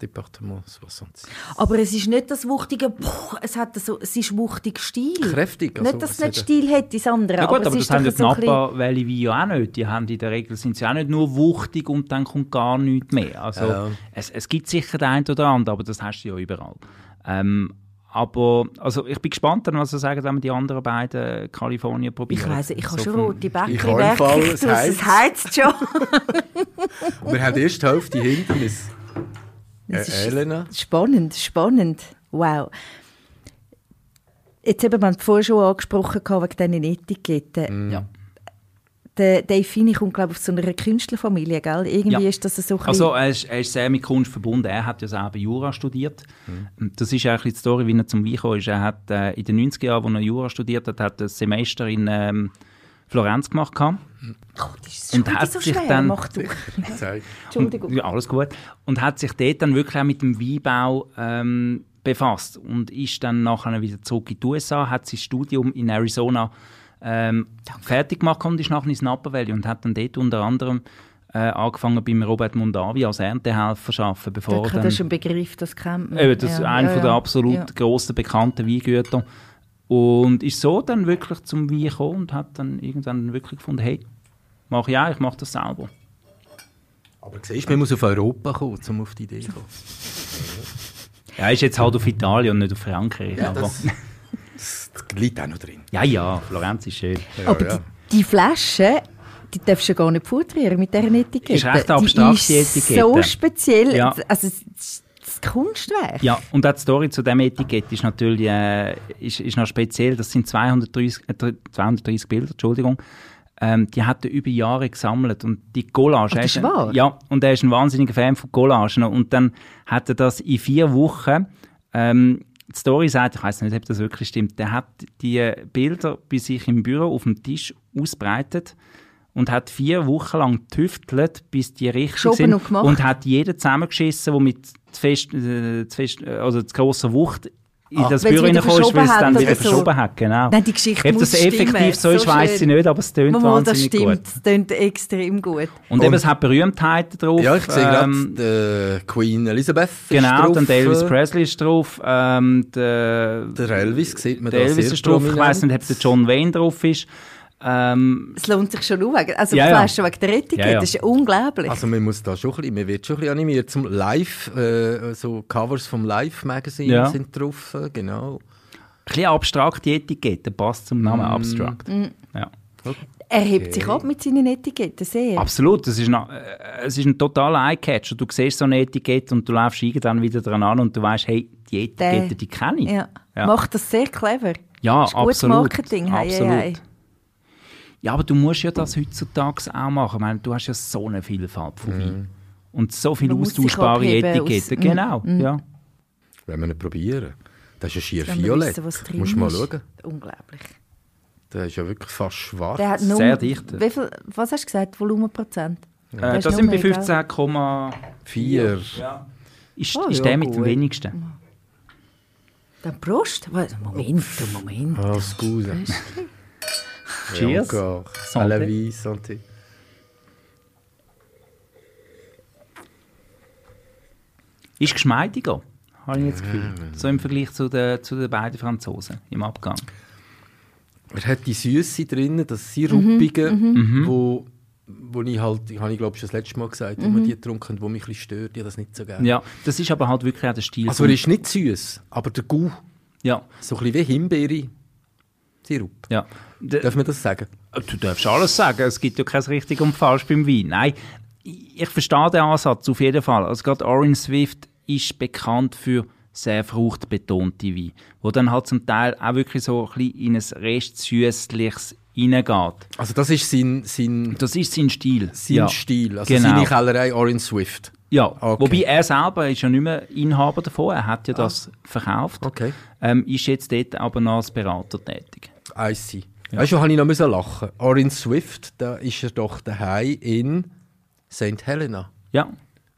C: Departement 66.
B: Aber es ist nicht das wuchtige, Puh, es, hat so, es ist wuchtig Stil.
C: Kräftig, also
B: nicht, dass
C: es
B: es nicht
C: hat-
B: Stil hat, das andere.
D: Ja gut, aber,
B: es
D: das
B: ist
D: haben
B: doch
D: ja die Napa Valley Weine ja auch nicht. Die haben in der Regel sind sie auch nicht nur wuchtig und dann kommt gar nichts mehr. Also
C: Ja.
D: es, es gibt sicher den einen oder anderen, aber das hast du ja überall. Ähm, aber also ich bin gespannt, dann, was sie sagen, wenn wir die anderen beiden Kalifornien probieren.
B: Ich weiss, ich habe
D: So
B: schon
D: vom-
B: rote Bäckchen.
C: Ich habe
B: [LAUGHS]
C: im Fall, es heizt.
B: es heizt schon.
C: Und wir haben die erste Hälfte hinten.
B: [LAUGHS] Es
C: Es- Äh,
B: ist-
C: Elena?
B: Spannend, spannend. Wow. Jetzt eben, wir haben es vorher schon angesprochen gehabt, wegen diesen Etiketten.
D: Ja.
B: Der Dave Fini kommt, glaube ich, aus so einer Künstlerfamilie, gell? Irgendwie
D: Ja.
B: ist das so ein bisschen...
D: Also er ist, er ist sehr mit Kunst verbunden. Er hat ja selber Jura studiert.
B: Mhm.
D: Das ist auch ein bisschen die Story, wie er zum Wein gekommen ist. Er hat äh, in den 90er Jahren, als er Jura studiert hat, hat er ein Semester in ähm, Florenz gemacht. gehabt.
B: Gott, ist das
D: äh, und
B: schon wieder
D: hat
B: so
D: sich
B: schwer,
D: dann-
B: mach
D: [LAUGHS]
B: du.
C: Zeig.
B: Entschuldigung.
D: Ja, alles gut. Und hat sich dort dann wirklich auch mit dem Weinbau ähm, befasst und ist dann nachher wieder zurück in die USA, hat sein Studium in Arizona ähm, fertig gemacht und ist nachher ins Napa Valley und hat dann dort unter anderem äh, angefangen beim Robert Mondavi als Erntehelfer zu arbeiten, bevor
B: Das
D: er dann...
B: ist ein Begriff, das kennt man.
D: Eben, das ist einer von der absolut
B: Ja.
D: grossen, bekannten Weingüter. Und ist so dann wirklich zum Wein gekommen und hat dann irgendwann wirklich gefunden, hey, mach ich auch, ich mache das selber.
C: Aber siehst du, man muss auf Europa kommen, um auf die Idee zu kommen.
D: Ja, ist jetzt halt auf Italien und nicht auf Frankreich. Ja, aber,
C: das, das, liegt auch noch drin.
D: ja, ja, Florenz ist schön.
B: Aber Die, die Flasche, die darfst du gar nicht futtrieren mit dieser Etikette.
D: Ist recht abstrakt,
B: die
D: die
B: ist
D: Etikette.
B: so speziell.
D: Ja.
B: Also, es ist das Kunstwerk.
D: Ja, und auch die Story zu dem Etikett ist natürlich äh, ist, ist noch speziell. Das sind 230, äh, 230 Bilder, Entschuldigung. Ähm, die hat er über Jahre gesammelt und die Collage.
B: Ach,
D: er
B: das
D: ist
B: ist
D: ein-
B: wahr?
D: Ja, und er ist ein wahnsinniger Fan von Collagen. Und dann hat er das in vier Wochen, ähm, die Story sagt, ich weiß nicht, ob das wirklich stimmt, der hat die Bilder bei sich im Büro auf dem Tisch ausbreitet und hat vier Wochen lang tüftelt, bis die richtig
B: Geschoben
D: sind
B: und gemacht.
D: und hat jeden zusammengeschissen, der mit zu fest, äh, zu fest, äh, also zu grosser Wucht in das
B: weil's
D: Büro
B: wieder
D: reingekommen ist, weil
B: verschoben
D: es dann
B: hat
D: wieder
B: oder so.
D: verschoben hat. Genau.
B: Nein, die Geschichte
D: Ob
B: muss
D: das
B: stimmen.
D: effektiv so ist,
B: So
D: weiss ich
B: schön.
D: nicht, aber es tönt
B: Mal, das
D: wahnsinnig gut.
B: stimmt. Das klingt extrem gut.
D: Und, eben, es hat Berühmtheiten drauf.
C: Ja, ich sehe
D: ähm,
C: gerade, die Queen Elizabeth ist
D: Genau,
C: drauf,
D: dann der Elvis
C: äh,
D: Presley ist drauf, ähm, der,
C: Der Elvis sieht man
D: der
C: da
D: Elvis
C: sehr
D: ist drauf, ich
C: prominent.
D: weiss nicht, ob der John Wayne drauf ist. Ähm,
B: Es lohnt sich schon schauen. Also,
D: Ja,
B: die
D: ja.
B: Flasche wegen der Etikette,
D: Ja, ja.
B: das ist ja unglaublich.
C: Also man muss da schon ein bisschen, man wird schon ein bisschen animiert zum Live, äh, so Covers vom Live-Magazin
D: Ja.
C: sind drauf, äh, genau.
D: ein bisschen abstrakt die Etikette, passt zum
C: Mm.
D: Namen abstrakt. Ja.
B: er hebt sich ab mit seinen Etiketten sehr.
D: Absolut, es ist, na- äh, es ist ein totaler Eyecatcher. Du siehst so eine Etikette und du läufst irgendwann wieder dran an und du weißt, hey, die Etikette,
B: Der-
D: die kenne ich.
B: Ja.
D: Ja.
B: Macht das sehr clever.
D: Ja,
B: ist gutes
D: absolut.
B: Marketing. Hei, hei, hei.
D: Absolut. Ja, aber du musst ja das heutzutage auch machen. Ich meine, du hast ja so eine Vielfalt von Wein. Und so viele
B: Man muss sich
D: austauschbare
B: abheben aus-
D: Etiketten.
B: Mm,
D: genau, ja.
C: Wenn wir ihn probieren. Das ist ja schier
B: Wenn wir
C: violett.
B: wissen, was drin
C: Musst du mal
B: ist.
C: schauen.
B: Unglaublich.
C: Der ist ja wirklich fast schwarz.
B: Der hat nur,
D: Sehr dicht.
B: Wie viel, was hast du gesagt? Volumenprozent?
D: Äh,
B: ist noch
D: das sind bei
B: mehr, gell?
D: 15,4.
C: Vier.
D: Ist,
B: Ah,
D: ist
B: ja,
D: der mit
B: gut.
D: dem wenigsten?
B: Dann Prost. Was- Moment, Moment.
C: Ah, scusa.
D: Cheers.
C: Encore.
D: Santé.
C: À la vie, santé.
D: Ist geschmeidiger, habe ich jetzt das Gefühl. So im Vergleich zu den, zu den beiden Franzosen im Abgang.
C: Er hat die Süße drin, das Sirupige,
D: Mhm.
C: wo, wo ich halt, ich habe ich glaube ich schon das letzte Mal gesagt, wo wir die getrunken haben, wo mich ein bisschen stört, ich habe das nicht so gerne.
D: Ja, das ist aber halt wirklich auch der Stil.
C: Also
D: vom-
C: er ist nicht süß, aber der Gau,
D: ja,
C: so ein bisschen wie Himbeere. Sirup.
D: ja. D-
C: Darf man das sagen?
D: Du darfst alles sagen, es gibt ja kein richtig und falsch beim Wein. Nein, ich ich verstehe den Ansatz auf jeden Fall. Also gerade Orange Swift ist bekannt für sehr fruchtbetonte Weine, wo dann halt zum Teil auch wirklich so ein bisschen in ein recht süßliches hineingeht.
C: Also das ist sein, sein,
D: Das ist sein Stil.
C: sein
D: ja.
C: Stil, also
D: genau.
C: seine Kellerei Orange Swift.
D: Ja,
C: Okay. Ah.
D: wobei er selber ist ja nicht mehr Inhaber davon, er hat ja das verkauft,
C: Okay.
D: ähm, ist jetzt dort aber noch als Berater tätig.
C: I see. Weißt du, habe ich noch müssen lachen. Orange Swift, da ist er doch daheim in St. Helena.
D: Ja,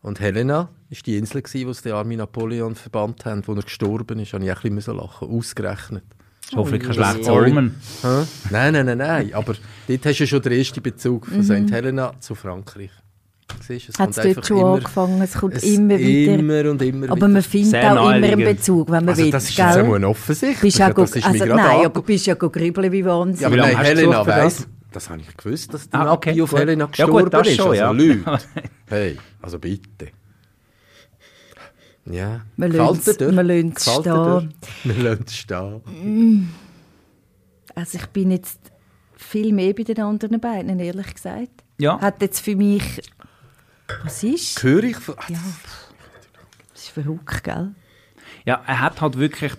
C: Und Helena ist die Insel, gewesen, wo sie den armen Napoleon verbannt haben, wo er gestorben ist. Da musste ich ein bisschen lachen. Ausgerechnet.
D: hoffentlich kein
C: Das
D: schlechtes
C: sorry.
D: Omen.
C: Hä? Nein, nein, nein, nein. Aber dort hast du schon den ersten Bezug
B: Mhm.
C: von St. Helena zu Frankreich. Siehst du, es
B: Hat es dort schon angefangen? Es kommt
C: es
B: immer wieder.
C: Immer und immer
B: aber
C: wieder.
B: man findet
D: Sehr
B: auch immer einen
D: naheliegend.
B: Bezug, wenn man
C: also,
B: will.
C: das ist jetzt
B: gell?
C: einmal offensichtlich.
B: bist auch
C: das
B: also,
C: ist mir gerade
B: nein,
C: ange-
B: aber bist ja go grübeln wie Wahnsinn.
C: Ja, aber
D: Wie lange
C: nein,
D: hast du
C: Helena
D: gesucht für
C: weiss,
D: das?
C: das? habe ich gewusst, dass der
D: Ah,
C: Nappi
D: okay,
C: auf
D: gut.
C: Helena
D: Ja, gut,
C: gestorben
D: das
C: ist.
D: schon,
C: also
D: ja. [LAUGHS]
C: Leute, hey, also bitte. Ja,
B: Man
C: gefällt
B: lässt-
C: dir der?
B: man lässt
C: Gefällt dir
B: stehen.
C: der? Man lässt stehen.
B: Also ich bin jetzt viel mehr bei den anderen beiden, ehrlich gesagt.
D: Ja.
B: Hat jetzt für mich... Was ist?
C: Höre ich... von- Ah,
B: Ja. Das ist verrückt, gell?
D: Ja, er hat halt wirklich,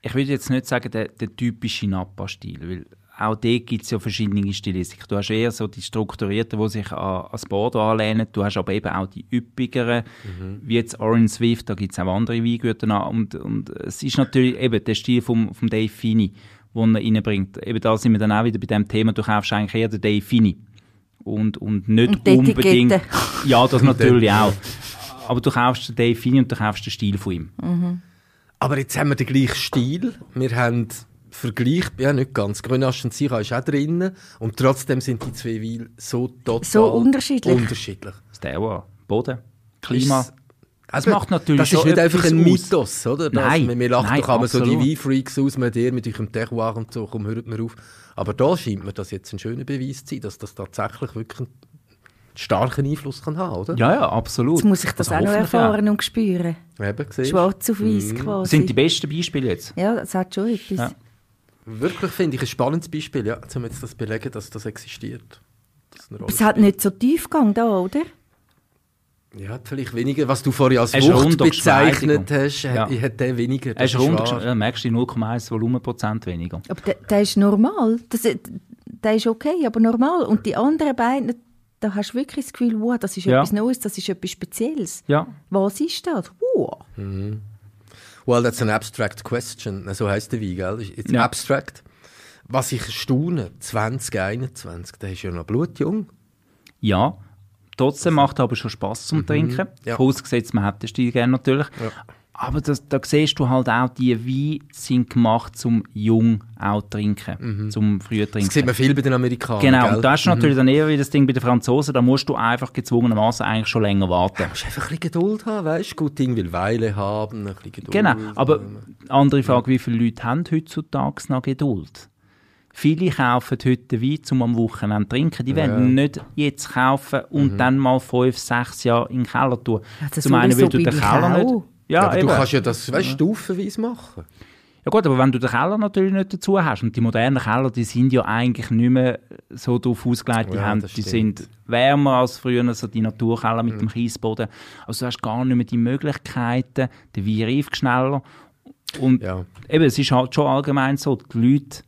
D: ich würde jetzt nicht sagen, den, den typischen Napa-Stil, weil auch dort gibt es ja verschiedene Stilistiken. Du hast eher so die Strukturierten, die sich an, ans Bordeaux anlehnen, du hast aber eben auch die üppigeren, wie jetzt Orange Swift, da gibt es auch andere Weingüter an. Und, und es ist natürlich eben der Stil vom, vom Dave Fini, den er reinbringt. Eben da sind wir dann auch wieder bei dem Thema, du kaufst eigentlich eher den Dave Fini und, und nicht
B: Und die
D: unbedingt.
B: Etikette.
D: Ja, das natürlich auch. Aber du kaufst den Dave Fini und du kaufst den Stil von ihm.
C: Aber jetzt haben wir den gleichen Stil. Wir haben Vergleich, ja nicht ganz. Grünasch und Sira ist auch drin. Und trotzdem sind die zwei Weil so total
B: So unterschiedlich.
C: unterschiedlich.
D: Das Dauer, Boden, Klima.
C: Ist-
D: Das macht natürlich
C: Das ist
D: schon
C: nicht
D: etwas
C: einfach ein
D: aus.
C: Mythos, oder? Dass
D: Nein,
C: man, man lacht
D: nein,
C: doch einmal so die
D: absolut.
C: Weinfreaks aus mit dir, mit eurem Terroir und so, komm, hört mir auf. Aber da scheint mir das jetzt ein schöner Beweis zu sein, dass das tatsächlich wirklich einen starken Einfluss kann haben, oder?
D: ja, ja, absolut.
B: Jetzt muss ich das
D: Also
B: auch noch
D: hoffentlich
B: erfahren und spüren.
C: Eben, siehst du?
B: Schwarz auf weiß
D: Das
B: quasi.
D: Mhm. sind die besten Beispiele jetzt.
B: ja, das hat schon etwas.
D: Ja.
C: Wirklich finde ich ein spannendes Beispiel, ja, um jetzt das zu belegen, dass das existiert. Das eine Rolle
B: Es hat
C: spielt.
B: nicht so tief gegangen da, oder?
C: Ja, hat vielleicht weniger, was du vorhin als
D: Hast du
C: Wucht
D: rund und
C: bezeichnet
D: Geschmeidigung.
C: hast,
D: Ja.
C: hat, hat der weniger. Das
D: Das ist rund, um
C: wahr.
D: ja, merkst du 0,1 Volumenprozent weniger.
B: Aber der, der ist normal. Das, äh, der ist okay, aber normal. Und die anderen beiden, da hast du wirklich das Gefühl, wow, das ist
D: Ja.
B: etwas Neues, das ist etwas Spezielles.
D: Ja,
B: Was ist das? Wow.
C: Well, that's an abstract question. So heisst der Wein, gell? It's
D: Ja.
C: abstract. Was ich staune, 2021, der ist ja noch blutjung.
D: ja. Trotzdem macht aber schon Spass zum Trinken.
C: Mhm. ja.
D: Vorausgesetzt, man hat den Stil gerne natürlich. Aber das, da siehst du halt auch, die Weine sind gemacht zum jung auch trinken, zum früh trinken.
C: Mhm. Das sieht man viel bei den Amerikanern,
D: Genau,
C: gell? Mhm.
D: und da ist natürlich dann eher wie das Ding bei den Franzosen, da musst du einfach gezwungenermaßen eigentlich schon länger warten.
C: Du musst einfach ein bisschen Geduld haben, weißt du? Gut Ding will Weile haben, ein bisschen Geduld.
D: Genau, aber andere Frage, wie viele Leute haben heutzutage noch Geduld? Viele kaufen heute Wein, um am Wochenende zu trinken. Die werden nicht jetzt kaufen
C: Mhm.
D: und dann mal fünf, sechs Jahre in den Keller tun.
B: Also
D: Zum einen, weil
B: sowieso
D: du den
B: bin ich auch.
D: Keller nicht...
C: Ja,
D: Ja,
C: aber
D: eben.
C: du kannst ja das, weißt du, stufenweise machen.
D: ja gut, aber wenn du den Keller natürlich nicht dazu hast, und die modernen Keller, die sind ja eigentlich nicht mehr so darauf ausgelegt, die,
C: Ja,
D: haben,
C: das
D: die
C: stimmt. Mhm.
D: sind wärmer als früher, so die Naturkeller mit dem Kiesboden. Also du hast gar nicht mehr die Möglichkeiten, der Wein reift schneller. Und
C: Ja.
D: eben, es ist halt schon allgemein so, die Leute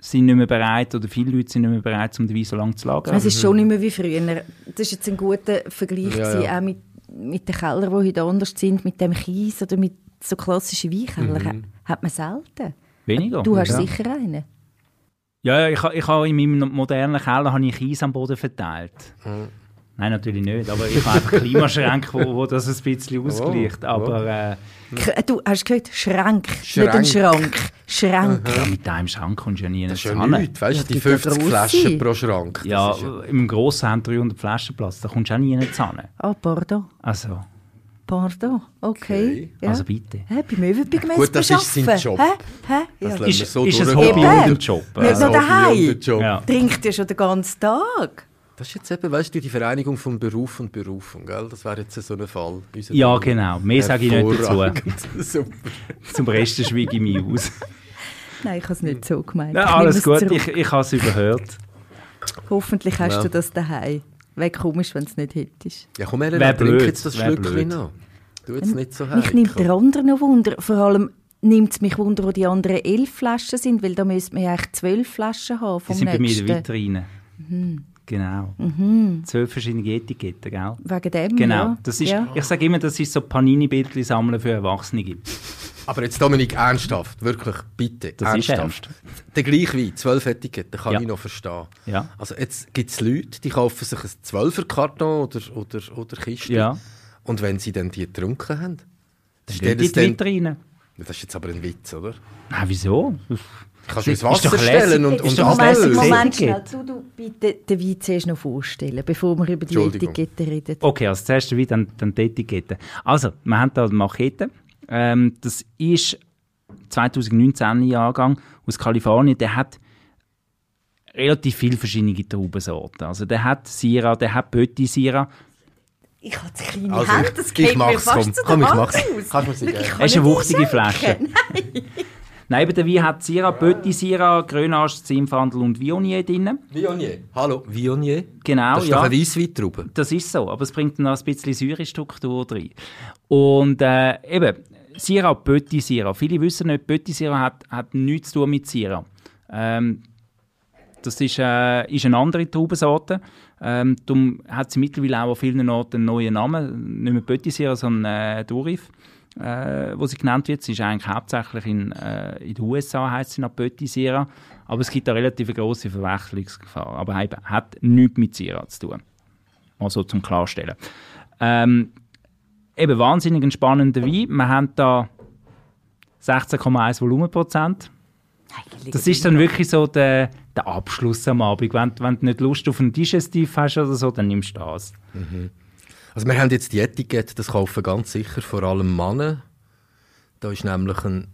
D: sind nicht mehr bereit, oder viele Leute sind nicht mehr bereit, um den Wein so lange zu
C: Genau.
D: lagern.
B: Es ist schon nicht mehr wie früher. Das ist jetzt ein guter Vergleich
C: Mhm. Ja,
B: gewesen,
C: ja.
B: auch mit, mit den Kellern, die heute anders sind, mit dem Kies oder mit so klassischen Weinkellern.
C: Mhm.
B: Hat man selten.
D: Weniger.
C: Oh,
B: Du hast
D: ja.
B: sicher einen.
D: Ja, ja ich, ha- ich habe in meinem modernen Keller habe ich Eis am Boden verteilt.
C: Hm.
D: Nein, natürlich nicht, aber ich habe einfach Klimaschränke, wo, wo das ein
C: Oh,
D: bisschen ausgleicht. aber äh,
B: K- Du hast gehört, Schränk, nicht
C: Schränk.
B: ein Schrank. Schrank.
D: ja, mit einem Schrank kommst du ja nie
C: Das ist ja
D: hin.
C: nichts, weißt du?
B: Ja,
C: die
B: die da
C: 50
B: draussen.
C: Flaschen pro Schrank. das
D: Ja, äh,
C: ist
D: im Grossen haben 300 Flaschen Platz, da kommst du auch nie hin.
B: Ah, pardon.
D: Also,
B: Pardon. Okay.
C: Okay.
B: Ja.
D: also bitte.
B: Hä, beim Öwenbigmess
C: Gut, das ist sein Job.
B: Hä? Hä?
C: Das
B: Ja.
C: lassen wir
D: Ist-
C: so
D: ist ein
C: durchgehen.
D: Hobby um
B: und
D: ein Job,
C: Ein
B: Nicht nur
C: Hobby und ein
B: daheim.
C: Job.
D: Also, Ja.
B: Trinkt ja schon den ganzen Tag.
C: Das ist jetzt eben, weißt du, die Vereinigung von Beruf und Berufung, gell? Das wäre jetzt so ein Fall. Unser
D: Ja,
C: Fall.
D: genau. Mehr sage ich nicht dazu.
C: Hervorragend. [LAUGHS] Super.
D: Zum Rest schweige ich mich aus.
B: Nein, ich habe es nicht so gemeint.
D: Nein,
B: Ich
D: alles
B: nehme es
D: gut, ich,
B: zurück.
D: ich habe es überhört.
B: Hoffentlich hast
C: Ja.
B: du das daheim. Wäre komisch, wenn es nicht hättest.
C: Ja, komm, Elena,
D: Wär
C: trink
D: blöd,
C: jetzt das
D: wär blöd.
C: Schlückchen noch. Du jetzt nicht so
B: Mich
C: heikel.
B: nimmt der andere noch Wunder. Vor allem nimmt es mich Wunder, wo die anderen elf Flaschen sind, weil da müsste man ja eigentlich zwölf Flaschen haben
D: Die
B: vom
D: sind bei mir
B: nächsten.
D: in
B: Mhm.
D: der Vitrine. Genau. Zwölf verschiedene Etiketten, gell?
B: Wegen dem,
D: Genau.
B: ja.
D: Das ist,
B: ja.
D: Ich sage immer, das ist so Panini-Bildchen sammeln für Erwachsene.
C: Aber jetzt, Dominik, ernsthaft, wirklich, bitte.
D: Das ist
C: Der gleiche Wein, zwölf Etiketten, kann
D: Ja.
C: ich noch verstehen.
D: Ja.
C: Also jetzt gibt es Leute, die kaufen sich ein Zwölferkarton oder, oder, oder Kiste.
D: Ja.
C: Und wenn sie dann die getrunken haben, dann
D: Steht
C: stellen
D: in
C: sie
D: die
C: dann...
D: Vitrine.
C: Das ist jetzt aber ein Witz, oder?
D: Nein, wieso?
C: Kannst du ins
D: Ist doch
C: Wasser
D: lässig.
C: stellen und,
D: Ist
C: und
D: doch
B: Moment,
D: lässig.
C: abfüllen?
B: Moment, schnell.
D: Etikett.
B: Du, du, bitte den Wein zuerst noch vorstellen, bevor wir über die
C: Entschuldigung.
B: Etikette reden.
D: Okay, also zuerst wie dann, dann die Etikette. Also, wir haben da die Machete. Ähm, das ist 2019 Jahrgang aus Kalifornien. Der hat relativ viele verschiedene Traubensorten. Also der hat Syrah, der hat Petit Syrah.
B: Ich habe zu kleine
C: Also,
B: Hände,
C: ich
B: das geht mir
C: mach's,
B: fast
C: komm.
B: zu
C: Komm, ich
B: der Hand
C: mach's.
B: aus.
C: Kannst mir's
B: Wirklich,
C: nicht
B: ich
D: Es ist
B: kann nicht
D: eine
B: [LAUGHS]
D: wuchtige Flasche.
B: einschenken.
D: Nein, eben der Wein hat Syrah, Petit Syrah, Grenache, Zinfandel und Viognier drin.
C: Viognier. Hallo, Viognier.
D: Genau,
C: das ist
D: ja.
C: doch eine Weisswein drüber.
D: Das ist so, aber es bringt noch ein bisschen Säurestruktur rein. Und äh, eben, Syrah, Petit Syrah. Viele wissen nicht, Petit Syrah hat, hat nichts zu tun mit Syrah. Ähm, das ist, äh, ist eine andere Traubensorte. Ähm, darum hat sie mittlerweile auch an vielen Orten einen neuen Namen. Nicht mehr Petit Syrah, sondern äh, Durif, äh, wo sie genannt wird. Sie ist eigentlich hauptsächlich in, äh, in den USA heißt sie noch Petit Syrah. Aber es gibt da relativ eine grosse Verwechslungsgefahr. Aber eben, hat nichts mit Syrah zu tun mal so zum Klarstellen. Ähm, eben wahnsinnig ein spannender Wein. Wir haben da 16,1 Volumenprozent. Das ist dann wirklich so der, der Abschluss am Abend. Wenn, wenn du nicht Lust auf einen Digestiv hast oder so, dann nimmst du das.
C: Also wir haben jetzt die Etikette, das kaufen ganz sicher vor allem Männer. Da ist nämlich ein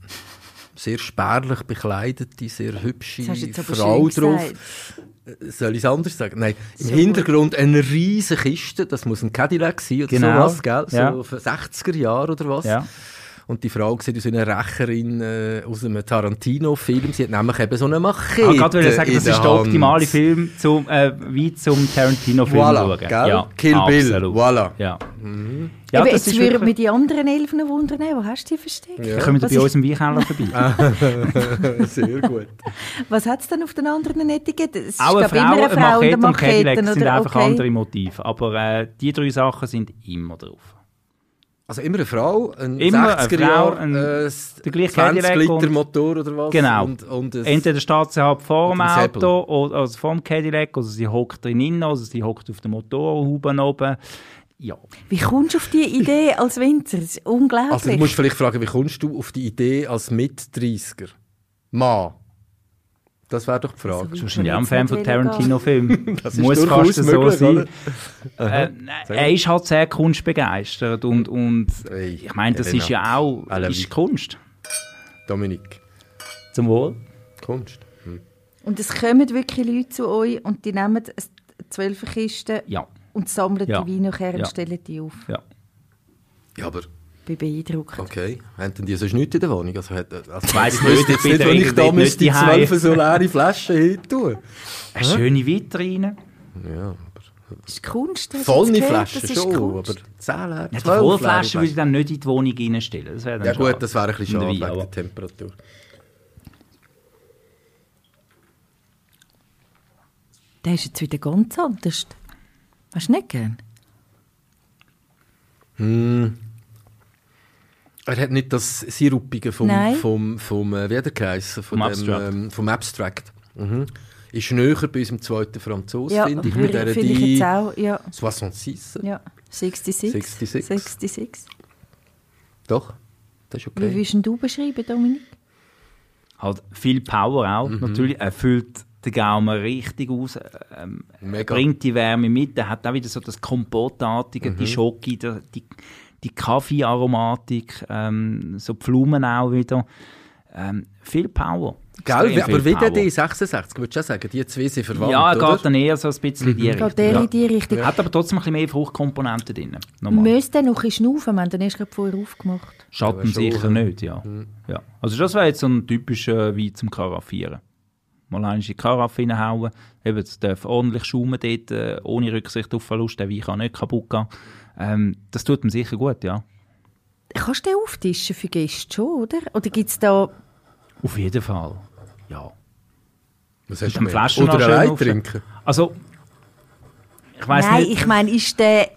C: sehr spärlich bekleidete, sehr hübsche
B: Das hast du jetzt aber
C: Frau
B: schön
C: drauf.
B: gesagt.
C: Soll ich es anders sagen? Nein, im Hintergrund eine riesige Kiste, das muss ein Cadillac sein oder
D: Genau,
C: sowas, gell? So
D: ja.
C: ja. 60er Jahre oder was.
D: Ja.
C: Und die Frau sieht aus wie eine Rächerin äh, aus einem Tarantino-Film. Sie hat nämlich eben so eine
D: Ich
C: Machete
D: wollte Ah, gerade sagen,
C: in
D: das
C: der
D: ist der
C: Hand.
D: optimale Film, zum, äh, wie zum Tarantino-Film
C: Voilà,
D: schauen.
C: gell? Kill Bill, voilà.
D: Ja.
B: Ja,
D: Ja,
B: Mhm. Eben,
D: das
B: jetzt
D: ist
B: würden mich
D: wirklich...
B: die anderen Elfen noch wundern, wo hast du die versteckt?
D: Wir kommen
B: Was
D: bei uns im Weinkeller vorbei.
C: [LAUGHS] Sehr gut.
B: Was hat es denn auf den anderen Etiketten? Es
D: Auch eine
B: steht
D: Frau, eine Machete und
B: Machete,
D: Cadillac sind
B: oder?
D: einfach
B: Okay.
D: andere Motive. Aber äh, die drei Sachen sind immer drauf.
C: Also immer eine Frau, ein
D: Immer eine
C: 60er
D: Frau,
C: Jahr,
D: ein-
C: äh,
D: der gleiche
C: 20
D: Cadillac und-
C: Liter Motor oder was.
D: Genau.
C: Und, und ein-
D: Entweder steht sie halt vor
C: und
D: dem
C: ein Säbel.
D: Auto, oder, also vor dem Cadillac, oder sie hockt drinnen, oder sie hockt auf der Motorhaube oben. Ja.
B: Wie kommst du auf die Idee als Winzer? Das ist unglaublich.
C: also du musst vielleicht fragen, wie kommst du auf die Idee als Mit-30er? Mann. Das wäre doch die Frage.
D: Du bist ja auch ein
B: jetzt
D: Fan
B: nicht
D: von
B: wollen [LAUGHS]
D: Tarantino-Filmen.
C: Das ist
D: Muss
C: durchaus
D: fast so
C: möglich,
D: sein.
C: oder?
D: Äh, nein, er ist halt sehr kunstbegeistert und, und
C: Ey,
D: ich meine, das
C: Elena.
D: ist ja auch
C: Alle
D: ist
C: wie-
D: Kunst.
C: Dominik,
D: Zum Wohl.
C: Kunst.
B: Und es kommen wirklich Leute zu euch und die nehmen Zwölferkisten
D: Ja.
B: und sammeln
D: Ja.
B: die Weine nachher und
D: Ja.
B: stellen die auf.
D: ja.
C: Ja, aber
B: Bin beeindruckt.
C: okay. Haben denn die sonst nichts in der Wohnung? Also, hat- also, ich
D: weiss
C: wüsste
D: nicht, ich
C: jetzt
D: bin
C: nicht,
D: da
C: wenn ich
D: irgendwie
C: da
D: nicht
C: müsste die
D: daheim.
C: 12 so leere Flaschen hin tun.
D: Eine schöne Vitrine.
C: Ja,
B: Das ist Kunst. hast du jetzt
C: volle
B: gehört?
C: Flaschen
B: Das ist
C: schon,
B: Kunst.
C: aber 10 leer,
D: Ja, die
C: 12 leere
D: Vollflasche würde ich dann nicht in die Wohnung reinstellen. Das wäre dann
C: Ja
D: schade.
C: gut, das wäre ein bisschen
D: Und
C: schade
D: Wein,
C: wegen
D: aber-
C: der Temperatur.
B: Der ist jetzt wieder ganz anders. Hast du nicht gern?
C: Er hat nicht das Sirupige vom,
B: Nein.
C: vom, vom äh, wie hat er geheissen? Von
D: Vom
C: dem,
D: Abstract.
C: Ähm, vom Abstract. Mhm. Ist näher bei unserem zweiten Franzosen,
B: Ja,
C: finde ich. Mit
B: würde-
C: dieser
B: finde ich
C: die
B: jetzt auch. Ja,
C: 66.
B: ja. 66.
C: 66.
B: 66.
C: Doch, das ist okay.
B: Wie würdest du beschreiben, Dominik?
D: Hat halt viel Power auch.
C: Mhm.
D: Natürlich, er füllt den Gaumen richtig aus. Ähm,
C: Mega.
D: Bringt die Wärme mit. Er hat auch wieder so das Kompotartige,
C: Mhm.
D: die Schoki, der, die, die Kaffeearomatik, ähm, so die Blumen auch wieder. Ähm, viel Power.
C: Gell, wie-
D: Extrem
C: aber
D: viel
C: wie der
D: Power.
C: D66, würdest du auch sagen, die zwei sind verwandt,
D: Ja, er
C: oder? Mhm.
D: geht dann eher so ein bisschen in die
B: Geht
D: Richtung.
B: der
D: Ja.
B: in die Richtung?
D: Hat aber trotzdem ein bisschen mehr Fruchtkomponenten drin. Normal.
B: Müsst ihr noch ein bisschen schnaufen? Wir haben den erst gerade vorher aufgemacht.
D: Schatten
C: Ja, schon,
D: sicher nicht, ja. ja. Also das wäre jetzt so ein typischer Wein zum Karaffieren. Mal einmal in die Karaffe reinhauen, eben, es darf ordentlich schaumen dort, äh, ohne Rücksicht auf Verlust, der Wein kann nicht kaputt gehen. Ähm, das tut ihm sicher gut, ja.
B: Kannst du den auftischen für Gäste schon, oder? Oder gibt es da...
D: Auf jeden Fall, ja.
C: Was hast du
D: Am
C: gemeint?
D: Flaschen noch
C: Oder
D: schön
C: allein
D: auf- [LAUGHS]
C: trinken.
D: Also, ich weiss
B: Nein,
D: nicht,
B: ich meine, ist der...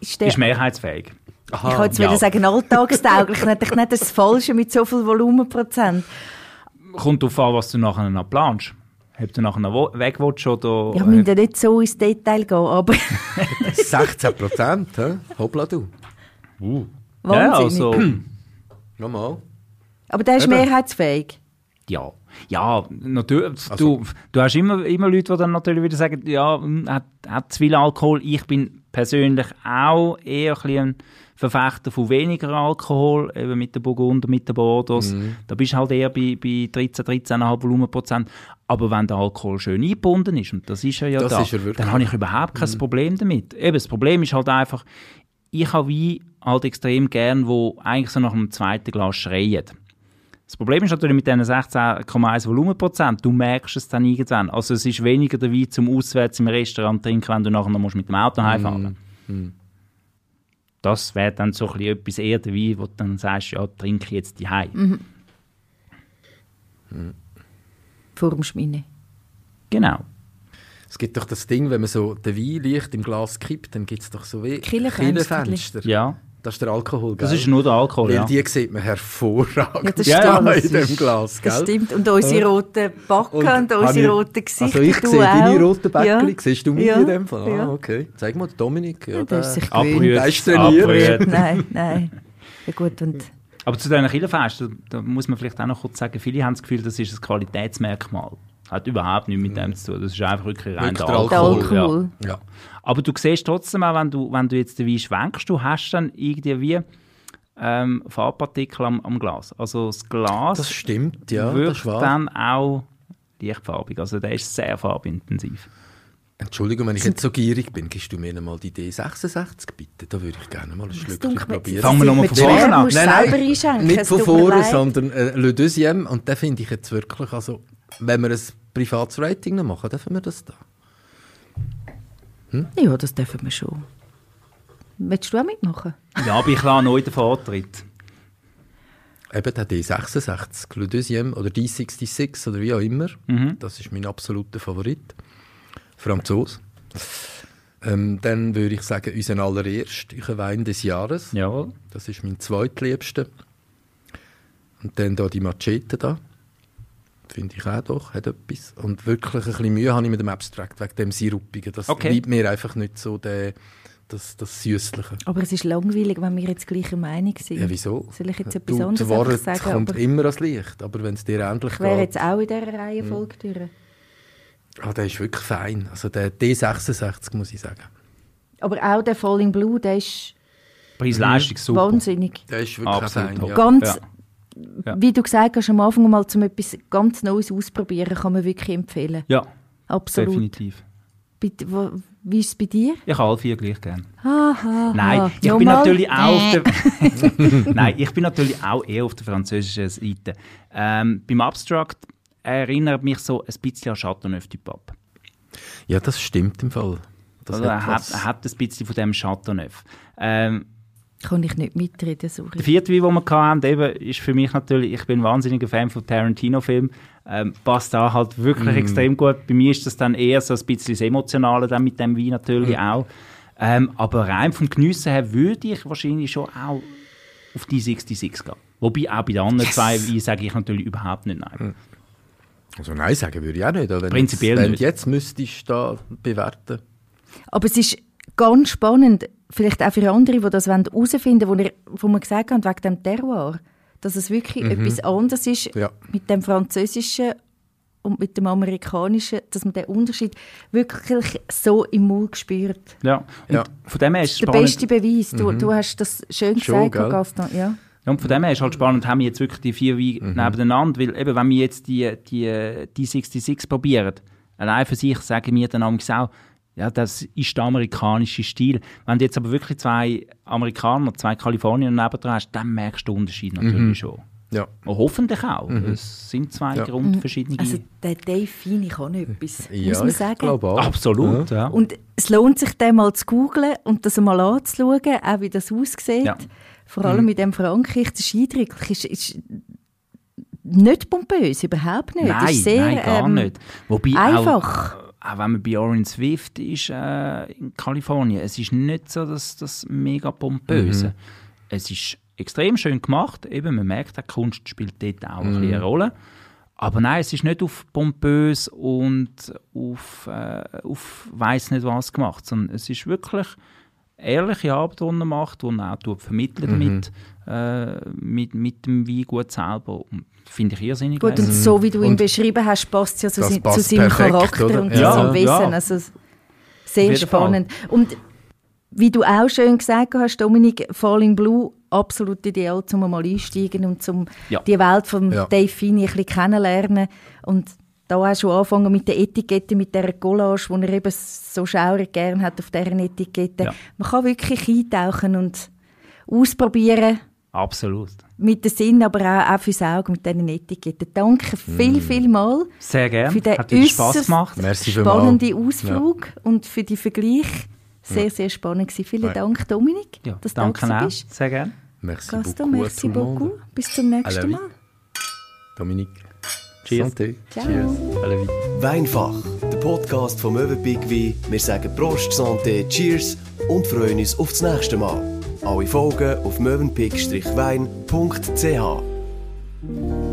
B: Ist der
D: ist mehrheitsfähig.
B: ich kann jetzt
D: ja.
B: wieder sagen, alltagstauglich. [LAUGHS] nicht, ich nicht das Falsche mit so viel Volumenprozent.
D: Kommt darauf an, was du nachher noch planst. Ob du nachher noch wo- weg willst oder...
B: Ja, wir
D: äh,
B: müssen ja nicht so ins Detail gehen, aber [LAUGHS]
C: 16 Prozent, hä? Hoppla du. Uh.
D: ja,
B: wahnsinnig. [CLEARS THROAT]
D: also,
C: Nochmal.
B: Aber der ist
C: Eben.
B: mehrheitsfähig.
D: Ja, ja, natürlich.
C: Also-
D: Du, du hast immer, immer Leute, die dann natürlich wieder sagen, ja, hm, hat, hat zu viel Alkohol. Ich bin persönlich auch eher ein, bisschen ein Verfechter von weniger Alkohol, eben mit der Burgunder, mit der Bordeaux.
C: Mhm.
D: Da bist du halt eher bei, bei 13, 13,5 Volumenprozent. Aber wenn der Alkohol schön eingebunden ist, und das ist er ja
C: Das
D: da,
C: ist er wirklich. Mhm.
D: dann habe ich überhaupt kein Problem damit. Eben, das Problem ist halt einfach, ich habe Wein halt extrem gern, wo eigentlich so nach dem zweiten Glas schreien. Das Problem ist natürlich mit diesen 16,1 Volumenprozent, du merkst es dann irgendwann. Also es ist weniger der Wein zum Auswärts im Restaurant trinken, wenn du nachher noch musst mit dem Auto heimfahren musst.
C: Mhm.
D: Das wäre dann so ein bisschen etwas eher der Wein, wo du dann sagst, ja, trinke ich jetzt die
B: Vor dem Schmine.
D: Genau.
C: Es gibt doch das Ding, wenn man so den Wein leicht im Glas kippt, dann gibt es doch so wie
B: Killenfenster.
C: Killenfenster.
D: Ja.
C: Das ist der Alkohol, gell?
D: Das ist nur der Alkohol,
C: Weil
D: ja.
C: die sieht man hervorragend
B: Ja, das
D: Ja,
B: stimmt.
C: [LAUGHS] in dem Glas,
B: Das
C: gell?
B: stimmt. Und unsere roten Backen und,
C: habe
B: unsere
C: ich-
B: roten Gesichter.
C: Also ich
B: du
C: sehe deine
B: auch.
C: roten Bäckchen, siehst du mich
B: Ja.
C: in dem Fall? Ah,
B: Ja.
C: okay. Zeig mal, Dominik. Ja,
B: Der ist sich gewöhnt.
D: Abgerührt,
C: Der ist trainiert.
D: abgerührt.
B: Nein, nein. Ja gut, und
D: Aber zu diesen Killenfesten, da, da muss man vielleicht auch noch kurz sagen, viele haben das Gefühl, das ist ein Qualitätsmerkmal. Hat überhaupt nichts mit dem zu tun. Das ist einfach wirklich rein
C: Mhm. Wirklich
D: der
C: der
B: Der
D: Alkohol.
C: Alkohol,
D: Ja.
B: Alkohol.
C: Ah, Ja.
D: Aber du siehst trotzdem auch, wenn du, wenn du jetzt den Wein schwenkst, du hast dann irgendwie wie ähm, Farbpartikel am, am Glas. Also das Glas
C: Das stimmt, ja. Das
D: wirkt
C: ist wahr.
D: dann auch lichtfarbig. Also der ist sehr farbintensiv.
C: Entschuldigung, wenn ich jetzt so gierig bin, gibst du mir noch mal die D66 bitte? Da würde ich gerne mal ein Schlückchen
B: dunkel-
C: probieren.
D: Fangen wir noch mal von vorne an.
B: Du musst selber einschenken.
C: nicht
B: es
C: von
B: tut mir
C: vorne,
B: leid.
C: sondern äh, Le Deuxième. Und den finde ich jetzt wirklich, also, wenn wir ein privates Rating noch machen, dürfen wir das da.
B: Ja, das dürfen wir schon. Willst du auch mitmachen?
D: Ja, aber ich lasse neu den Vortritt.
C: Eben der D66, Le Deuxième oder D66 oder wie auch immer. Das ist mein absoluter Favorit. Franzos. Ähm, dann würde ich sagen, unseren allerersten Wein des Jahres.
D: Jawohl.
C: Das ist mein zweitliebster. Und dann da die Machete da. Finde ich auch doch, hat etwas. Und wirklich ein bisschen Mühe habe ich mit dem Abstract, wegen dem Siruppigen. Das
D: Okay.
C: bleibt mir einfach nicht so der, das, das Süßliche.
B: Aber es ist langweilig, wenn wir jetzt gleicher Meinung sind.
C: Ja, wieso?
B: Soll ich jetzt
C: Du,
B: etwas anderes
C: die Wahrheit
B: einfach sagen?
C: kommt
B: Aber
C: immer ans Licht, aber wenn es dir ähnlich
B: ich wäre
C: geht...
B: jetzt auch in dieser Reihe
D: Hm.
B: folgtüren.
C: Ah, der ist wirklich fein. Also der D66, muss ich sagen.
B: Aber auch der Falling Blue, der ist
C: Mhm.
D: Preis-Leistung super.
B: wahnsinnig.
C: Der ist wirklich
D: Absolut
C: fein,
D: top.
C: ja.
B: Ganz,
D: Ja. Ja.
B: wie du gesagt hast, am Anfang mal zum etwas ganz Neues ausprobieren, kann man wirklich empfehlen.
D: Ja,
B: Absolut.
D: definitiv.
B: Bei, wo, wie ist es bei dir?
D: Ich habe alle vier gleich gern.
B: Aha.
D: Nein, ich bin
B: Nochmal?
D: natürlich auch auf
C: [LAUGHS]
D: der [LAUGHS] Nein, ich bin natürlich auch eher auf der französischen Seite. Ähm, beim Abstract erinnert mich so ein bisschen an Chateauneuf du Pape.
C: ja, das stimmt im Fall. Das
D: Also er
C: hat
D: hat,
C: was.
D: er hat ein bisschen von dem Chateauneuf. Ähm,
B: Kann ich nicht mitreden, sorry.
D: der vierte Wein, den wir hatten, eben, ist für mich natürlich, ich bin ein wahnsinniger Fan von Tarantino-Filmen, ähm, passt da halt wirklich
C: Mm.
D: extrem gut. Bei mir ist das dann eher so ein bisschen das Emotionale dann mit dem Wein
C: Mm.
D: natürlich auch. Ähm, aber rein vom Geniessen her würde ich wahrscheinlich schon auch auf die 66 gehen. Wobei auch bei den anderen zwei Weinen sage ich natürlich überhaupt nicht nein.
C: Mm. Also nein, sagen würde ich auch nicht. aber Wenn
D: Prinzipiell
C: jetzt, wenn
D: nicht.
C: jetzt müsstest du da bewerten.
B: Aber es ist ganz spannend, vielleicht auch für andere, die das herausfinden wollen, wo, ihr- wo wir gesagt haben, wegen dem Terroir, dass es wirklich etwas anderes ist
C: Mhm. Ja.
B: mit dem französischen und mit dem amerikanischen, dass man den Unterschied wirklich so im Mund spürt.
D: Ja. Und
C: Ja.
D: von dem her ist es
B: Der
D: spannend.
B: beste Beweis, du, du hast das schön
C: Mhm. Schon,
B: gesagt, Herr
C: gell?
B: Gaston. Ja.
D: Ja, und von dem her ist halt spannend, haben wir jetzt wirklich die vier Weine nebeneinander, weil eben, wenn wir jetzt die, die, die 66 probieren, allein für sich sagen wir dann manchmal auch, ja, das ist der amerikanische Stil. Wenn du jetzt aber wirklich zwei Amerikaner, zwei Kalifornier nebenan hast, dann merkst du den Unterschied natürlich schon.
C: Ja.
D: Und hoffentlich auch. Es sind zwei
C: Ja.
D: grundverschiedene.
B: Also der Dave Fini kann etwas,
C: Ja,
B: muss man
C: ich
B: sagen.
C: glaube auch.
D: Absolut, ja.
B: Und es lohnt sich, den mal zu googlen und das mal anzuschauen, auch wie das aussieht.
D: Ja. Mhm.
B: Vor allem mit dem Frankreich, das ist eindrücklich. Ist, ist nicht pompös, überhaupt nicht.
D: Nein,
B: ist sehr,
D: nein, gar
B: ähm,
D: nicht. Wobei
B: einfach.
D: Auch, auch wenn man bei Orange Swift ist äh, in Kalifornien, es ist nicht so das, das mega
B: Mhm.
D: pompöse. Es ist extrem schön gemacht. Eben, man merkt, die Kunst spielt dort auch
B: Mhm.
D: ein bisschen eine Rolle. Aber nein, es ist nicht auf pompös und auf, äh, auf weiß nicht was gemacht, sondern es ist wirklich ehrliche Arbeit, die er macht, die er auch tut
B: Mhm.
D: vermittelt mit, äh, mit, mit dem Weingut selber. Und Finde ich irrsinnig.
B: Gut, und
D: lässig.
B: so wie du ihn beschrieben hast, passt ja zu,
C: Das
B: sein, zu
C: passt
B: seinem
C: perfekt,
B: Charakter
C: oder?
B: und
D: Ja,
B: zu seinem Wesen.
D: ja.
B: Also,
D: Auf
B: sehr
D: jeden
B: spannend. Und wie du auch schön gesagt hast, Dominik, Falling Blue, absolut ideal, um mal einsteigen und zum
D: Ja.
B: die Welt von
C: Ja.
B: Dave Fini ein bisschen kennenlernen. Und da auch schon anfangen mit der Etikette, mit der Collage, die er eben so schaurig gern hat auf dieser Etikette.
D: Ja.
B: Man kann wirklich eintauchen und ausprobieren
D: Absolut.
B: mit dem Sinn, aber auch, auch fürs Auge mit diesen Etiketten. Danke viel, viel mal
D: Sehr gerne.
B: für den
D: Hat uns Spass
B: äusserst
D: gemacht.
C: Mm. Merci vielmals.
B: spannenden Ausflug und für die Vergleich. Sehr, sehr spannend gewesen. Vielen
C: Ja.
B: Dank, Dominik,
D: Ja,
B: dass du
D: danke
B: da
D: auch.
B: bist.
D: Sehr gerne.
C: Merci
B: Gaston,
C: beaucoup,
B: merci
C: tout le monde.
B: beaucoup. Bis zum nächsten
C: Allez, oui.
B: Mal.
C: Dominique.
D: Cheers.
C: Santé.
B: Ciao.
D: Alle Witte.
A: Weinfach, der Podcast vom Möwenpick Wein. Wir sagen Prost, Santé, Cheers und freuen uns aufs nächste Mal. Alle Folgen auf möwenpick-wein.ch